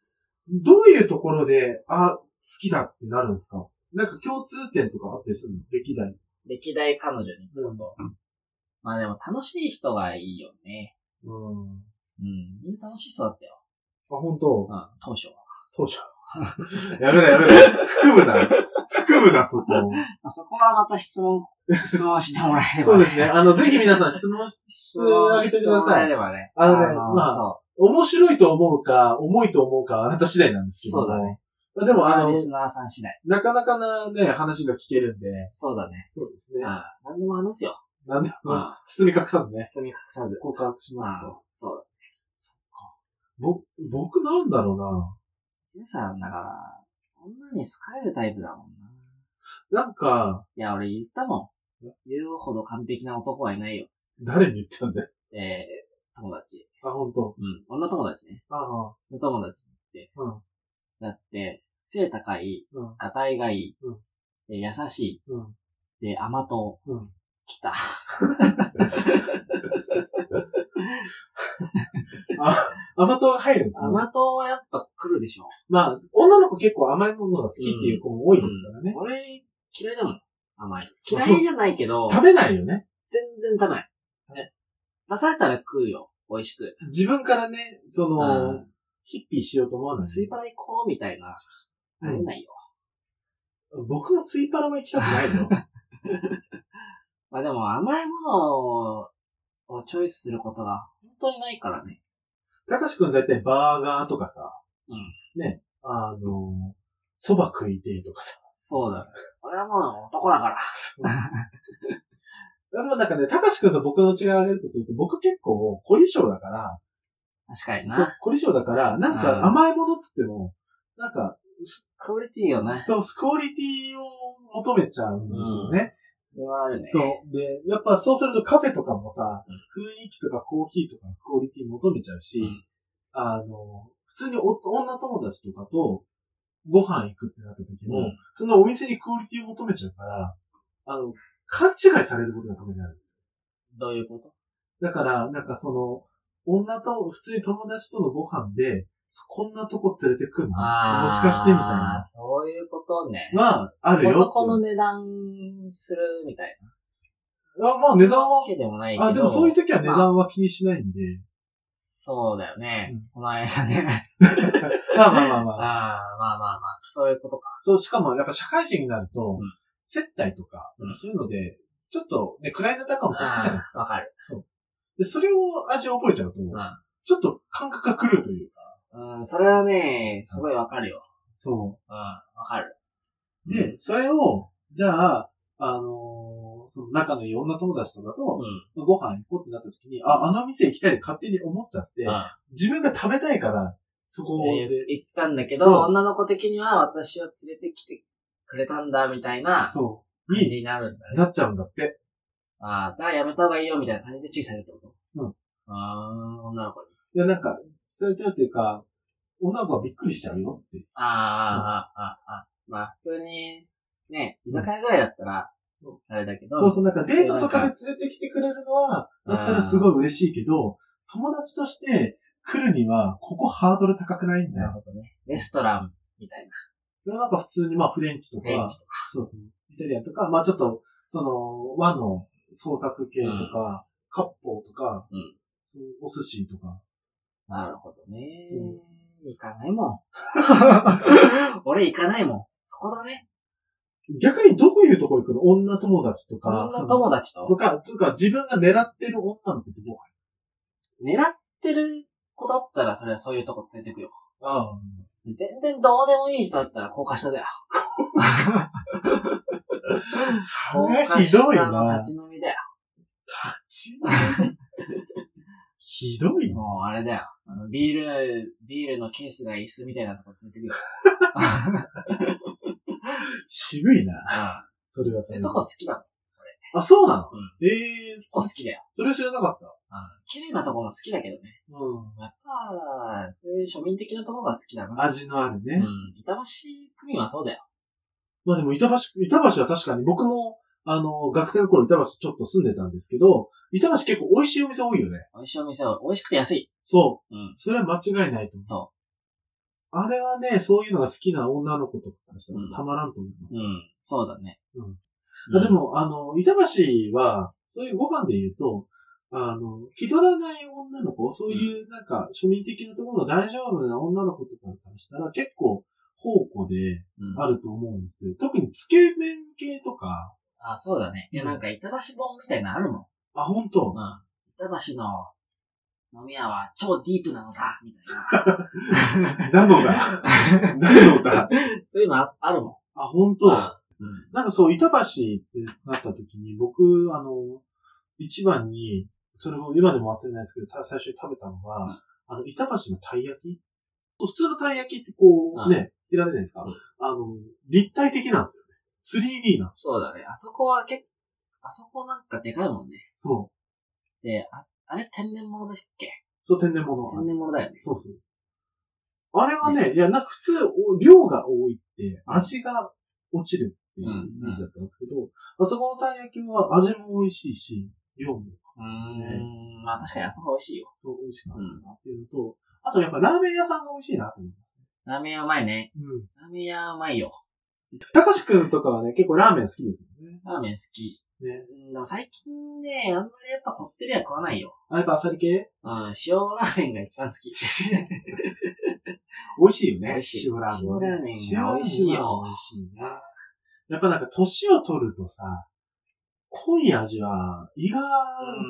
B: どういうところで、あ、好きだってなるんですかなんか共通点とかあったりするの歴代。
A: 歴代彼女に。
B: うん。
A: まあでも楽しい人がいいよね。
B: う
A: う
B: ん。
A: ん。みんな楽しい人だったよ。
B: あ、ほんと
A: うん。当初は。
B: 当初。 やめな、やめな。含むな。含むな、そこ。
A: まあそこはまた質 問、質問してもらえれば、
B: そうですね。。あの、ぜひ皆さん質問し、質
A: 質
B: 問あ
A: 問
B: げ
A: してて
B: く
A: も
B: ださ
A: らえ
B: い。
A: ればね。
B: あのねまあ
A: そ
B: 面白いと思うか、重いと思うか、あなた次第なんですけ
A: そ
B: ど。
A: うだね。
B: まあ、で
A: う。
B: も、あの
A: リ、スナーさん次第。
B: なかなかなね、話が聞けるんで。
A: そうだね。
B: そうです
A: うん。
B: ね。
A: 何でも話すよ。
B: なんで
A: う
B: も、
A: ん。
B: 包み隠さずね、
A: 包み隠さず。
B: 告白し
A: う
B: ます
A: ん
B: と。。
A: そうだ。
B: ぼ、僕なんだろう
A: ゆうさん、だから、女に好かれるタイプだもんな。
B: な。なんか、
A: いや、俺言ったもん。言うほど完璧な男はいないよ。つっ
B: 誰に言ったんだよ。
A: てえー、友達。
B: あ、ほんと。
A: うん。女友達ね。
B: ああ、
A: 女友達って。
B: うん
A: だって、背高い、
B: うん、
A: がたいがいい、
B: うん
A: で優しい、
B: うん。
A: で、甘党、
B: うん
A: 来た。
B: あ、 甘党が入るんですね。
A: 甘党はやっぱ来るでしょ。
B: まあ、女の子結構甘いものが好きっていう子も多いですからね。
A: 俺、嫌いだもん。甘い。
B: まあ
A: 嫌いじゃないけど、
B: 食べないよね。
A: 全然食べない。ね出されたら食うよ。美味しく。
B: 自分からね、その、
A: うん
B: ヒッピーしようと思わない。
A: スイパラ行こうみたいな。
B: う
A: あ
B: ん
A: れないよ。
B: 僕もスイパラは行きたくな いの。
A: まあでも甘いものをチョイスすることが本当にないからね。
B: たかしくんだいたいバーガーとかさ、
A: うん
B: ね、あの、蕎麦食いてえとかさ。
A: そうだね。俺はもう男だから。
B: でもなんかね、たかしくんと僕の違いを挙げるとすると、僕結構、凝り性だから、
A: 確かに
B: そう
A: な。、
B: 凝り性だから、なん
A: うん
B: か甘いものっつっても、なんか、
A: クオリティよね。
B: そう、クオリティを求めちゃうんですよね。
A: それはあるね。
B: そう。で、やっぱそうするとカフェとかもさ、雰囲気とかコーヒーとかのクオリティ求めちゃうし、
A: うん
B: あの、普通にお女友達とかとご飯行くってなった時も、
A: うん
B: そのお店にクオリティを求めちゃうから、あの、勘違いされることがたまにあるんです
A: どういうこと
B: よ。だから、なんかその、女と、普通に友達とのご飯で、そこんなとこ連れてくんのもしかしてみたい
A: あー
B: な。
A: そういうことね。
B: は、あるよっていう。
A: そこの値段するみたい
B: あまあ値段
A: な
B: は
A: わ、けでもないけど。
B: あ、でもそういう時は値
A: まあ
B: 段は気にしないんで。
A: そうだよね。
B: うん
A: この間ね。
B: まあまあまあ
A: あ
B: ま
A: あー、。ま
B: あ
A: あまあまあ。そういうことか。
B: そう、しかもやっぱ社会人になると、
A: うん
B: 接待とか
A: うん、
B: そういうので、ちょっとね、位の高もするじゃないですか。
A: あーわかる。
B: で、それを味を覚えちゃうと、
A: ん
B: ちょっと感覚が狂うというか。
A: うん、それはね、すごいわかるよ。
B: そ
A: うん、わかる。
B: う。で、それを、じゃあ、あのーその仲のいい女友達とか
A: う
B: と、
A: ん。
B: ご飯行こうってなった時に、あ、あの店行きたいって勝手に思っちゃって、
A: うん
B: 自分が食べたいから、そこ
A: 言
B: で。
A: ってたんだけど、
B: うん
A: 女の子的には私を連れてきてくれたんだ、みたいな
B: そ
A: 感
B: う。
A: じ
B: に
A: になるんだね。
B: なっちゃうんだって。
A: ああ、だからやめた方がいいよ、みたいな感じで注意されるってこと
B: う
A: うん。ああ、女の子に。
B: いや、なんか、伝えてるっていうか、女の子はびっくりしちゃうよって。
A: ああ、ああ、ああ。まあ、普通に、ね、居酒屋ぐらいだったら、あれだけど、
B: そうそう、なんかデートとかで連れてきてくれるのは、
A: うん
B: だったらすごい嬉しいけど、友達として来るには、ここハードル高くないんだ
A: なる
B: よ。
A: ほどね。レストラン、みたいな。
B: でもなんか普通に、まあフレンチと
A: フレン
B: か、
A: チとか。
B: そうそう、イタリアンとか、まあちょっと、その、和の創作系とか、割烹とか、
A: うん
B: そうお寿司とか。
A: なるほどね
B: そ。
A: 行かないもん。 俺行かないもん。そこだね。
B: 逆にどういうとこ行くの女友達とか、
A: 女友達
B: そのと
A: と。
B: か、とか自分が狙ってる女の子ってどこ
A: 狙ってる子だったら、それはそういうとこ連れてくよ。
B: ああ。
A: 全然どうでもいい人だったら、高架下だよ。
B: それはひど
A: 高架
B: い
A: 下の
B: な。
A: 立ち飲みだよ。
B: 立ち ひどいな。
A: もうあれだよ。あの、ビール、ビールのケースが椅子みたいなとこ連れてくよ。
B: 渋い
A: う
B: な。
A: ん。
B: それは
A: そ
B: そ
A: い
B: うれ
A: う
B: で
A: とこ好きだ。
B: あ、そうなの、
A: うん
B: ええー、
A: 結構
B: そ
A: 好きだよ。
B: それ知らなかった。
A: うん。綺麗なとこも好きだけどね。
B: う
A: やっぱ、そういう庶民的なとこが好きだな。
B: 味のあるね。
A: うん。板橋区民はそうだよ。
B: まあでも、板橋、板橋は確かに僕も、あの、学生の頃板橋ちょっと住んでたんですけど、板橋結構美味しいお店多いよね。
A: 美味しいお店は美味しくて安い。
B: そうう。
A: ん。
B: それは間違いないと思う。
A: そ
B: あれはね、そういうのが好きな女の子とかからしたら
A: うん
B: たまらんと思います。
A: う。うん。そうだね。
B: うん
A: う
B: あ
A: ん
B: で、も、あの、板橋は、そういうご飯で言うと、あの、気取らない女の子、そういうなんか、庶民的なところが大丈夫な女の子とかからしたら、結構、宝庫で
A: うん
B: あると思うんですよ。特につけ麺系とか、
A: あ、そうだね。いや、なんか板橋本みたいなのあるもん。
B: あ、本当、
A: うん。板橋の飲み屋は超ディープなのだみたい
B: なのだ。なのだ。
A: な。 そういうのああるも
B: あ、本
A: ん。
B: 当、
A: うん。
B: なんかそう、板橋ってなった時に、僕、あの、一番に、それも今でも忘れないですけど、た最初に食べたのが、
A: うん
B: あの、板橋のたい焼き普通のたい焼きってこう、
A: うん
B: ね、平べじゃないですか、
A: うん
B: あの、立体的なんですよね。3D なんですよ。
A: そうだね。あそこは結構、あそこなんかでかいもんね。
B: そう。
A: で、あ、あれ天然物だっけ
B: そう、天然物。
A: 天然物だよね。
B: そうそう。あれがね、いや、なんか普通、お量が多いって、味が落ちるっていうイメージだったんですけど、あそこのたい焼きは味も美味しいし、量も
A: うーん。まあ確かにあそこ美味しいよ。
B: そう、美味しかったなっていうのと、あとやっぱラーメン屋さんが美味しいなと思いますね。
A: ラーメン屋うまいね。
B: うん。
A: ラーメン屋うまいよ。
B: たかしくんとかはね、結構ラーメン好きですよね。
A: ラーメン好き。
B: ね。
A: うんでも最近ね、あんまりやっぱこってりは食わないよ。
B: あ、やっぱアサリ系
A: うん、塩ラーメンが一番好き。
B: 美味しいよ
A: 美
B: ね
A: 味しい。
B: 塩ラーメンはね。
A: 塩ラーメンが美味しいよ
B: 塩ラーメンは美味しいね。やっぱなんか年を取るとさ、濃い味は胃が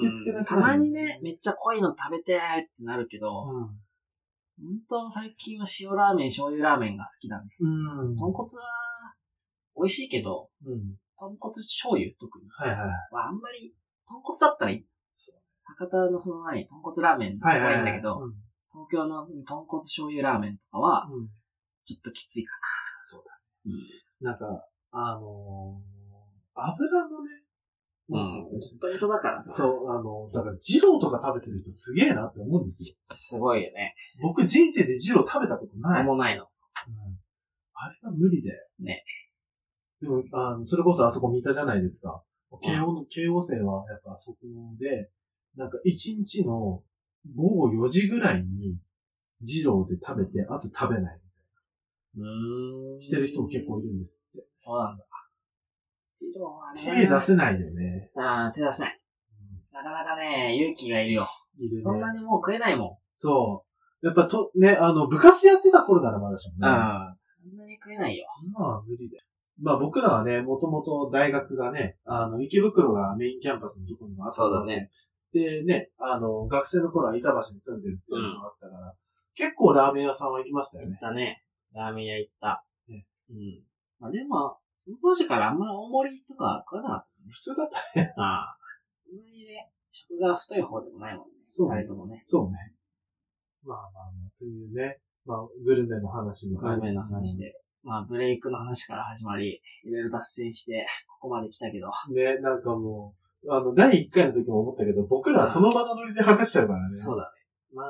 B: 受け付けなく
A: た
B: な
A: ま
B: る。
A: にね、。めっちゃ濃いの食べてーってなるけど、
B: うん。
A: 本当最近は塩ラーメン、醤油ラーメンが好きだね。
B: うん。
A: 豚骨は、美味しいけど、
B: うん。
A: 豚骨醤油特に。
B: はいはい。
A: まああんまり、豚骨だったらいい。博多のその何、豚骨ラーメンとか
B: はいはいい、
A: い
B: は
A: ん
B: い。
A: だけど、東京の豚骨醤油ラーメンとかは、
B: うん。うん。
A: ちょっときついかな。
B: そうだ。
A: うん。
B: なんか、あのー、油のね、
A: うん。ずっと糸だからさ。
B: そう、あの、だから、ジローとか食べてる人すげえなって思うんですよ。
A: すごいよね。
B: 僕、人生でジロー食べたことない。
A: 何もないの。
B: うんあれは無理だよ。
A: ね。
B: でも、あの、それこそあそこ見たじゃないですか。
A: ん
B: 慶応の、慶応生はやっぱそこで、なんか一日の午後4時ぐらいに、ジローで食べて、あと食べない。
A: うーん
B: してる人も結構いるんですって。
A: そうなんだ。ジローはね。
B: 手出せないよね。
A: ああ、手出せない。なかなかね、勇気がいるよ。
B: いるね。
A: そんなにもう食えないも
B: そう。やっぱと、ね、あの、部活やってた頃ならまだしも
A: ん。
B: ね。
A: あん。そんなに食えないよ。
B: 今は無理だよ。まあ僕らはね、もともと大学がね、あの、池袋がメインキャンパスのところにもあった。
A: そうだね。
B: でね、あの、学生の頃は板橋に住んでるっていうのがあったから、結構ラーメン屋さんは行きましたよね。
A: だね。ラーメン屋行った。
B: ね
A: うん。まあでも、その当時からあんまり大盛りとか食わなかっ
B: 普通だったね。
A: た。ああ。あんまりね、食が太い方でもないもんね。
B: そう
A: 二人ともね。
B: そうね。まあまあまあ、というね、まあ、グルメの話も
A: グルメの話。で。まあ、ブレイクの話から始まり、いろいろ脱線して、ここまで来たけど。
B: ね、なんかもう、あの、第1回の時も思ったけど、僕らはその場のノリで話しちゃうからね。
A: そうだね。ま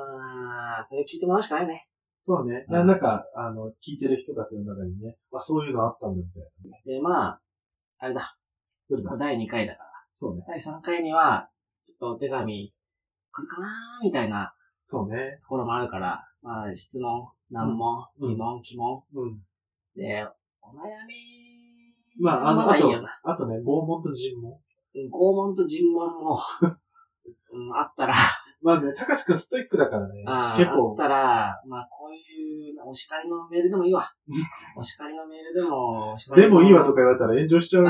A: あ、それ聞いてもらうしかないね。
B: そうね。ななんか、あの、聞いてる人たちの中にね、あ、そういうのあったんだみたいな。
A: で、まあ、あれだ。
B: どれだ
A: 第2回だから。
B: そうね。
A: 第3回には、ちょっとお手紙、来るかなーみたいな
B: そうね。
A: ところもあるから、まあ、質問、難問、
B: うん
A: 疑問、疑問。
B: うん。
A: で、お悩み、
B: まあ、あの、あ
A: いい
B: と
A: よな。、
B: あとね、拷問と尋問。
A: 拷問と尋問も、 うん、あったら、
B: まあね、高橋くんストイックだからね
A: あ。
B: 結
A: あっ
B: 構、
A: たら、まあ、こういう、お叱りのメールでもいい わ。お叱りのメールでも、お叱り
B: で
A: の
B: もいいわとか。言われたら炎上しちゃうね。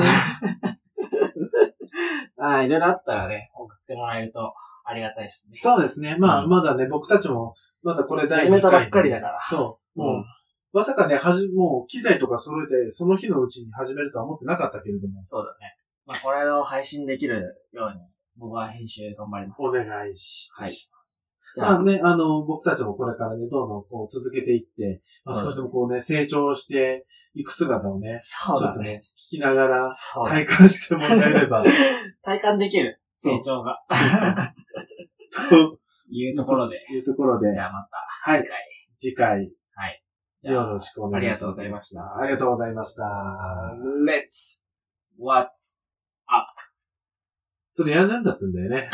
A: ああ、いろいろあったらね、送ってもらえるとありがたいですね。
B: そうですね。まあ、
A: うん
B: まだね、僕たちも、まだこれ第2回。
A: 始めたばっかりだから。
B: そう。
A: う
B: もう、
A: ん。
B: まさかね、はじ、もう、機材とか揃えて、その日のうちに始めるとは思ってなかったけれども。
A: そうだね。まあ、これを配信できるように、僕は編集頑張ります。
B: 願いし
A: はい
B: ます。
A: じゃ
B: ま
A: あ
B: あ、ね、あの、僕たちもこれからね、どんどんこう続けていって、まあ、
A: そうだね
B: 少しでもこうね、成長していく姿をね、
A: そう
B: ちょっ
A: だ
B: と
A: ね。
B: ね、聞きながら
A: そう。
B: 体感してもらえれ ば、
A: 体感できる、成長が。
B: と
A: いうところで。
B: いうところで、
A: じゃあまた、
B: は
A: 次
B: い、
A: 回。
B: 次回、
A: じゃあ
B: よろしくお願い
A: あり
B: します。
A: がとうございました
B: ありがとうございました。
A: Let's what's
B: それやなんだったんだよね。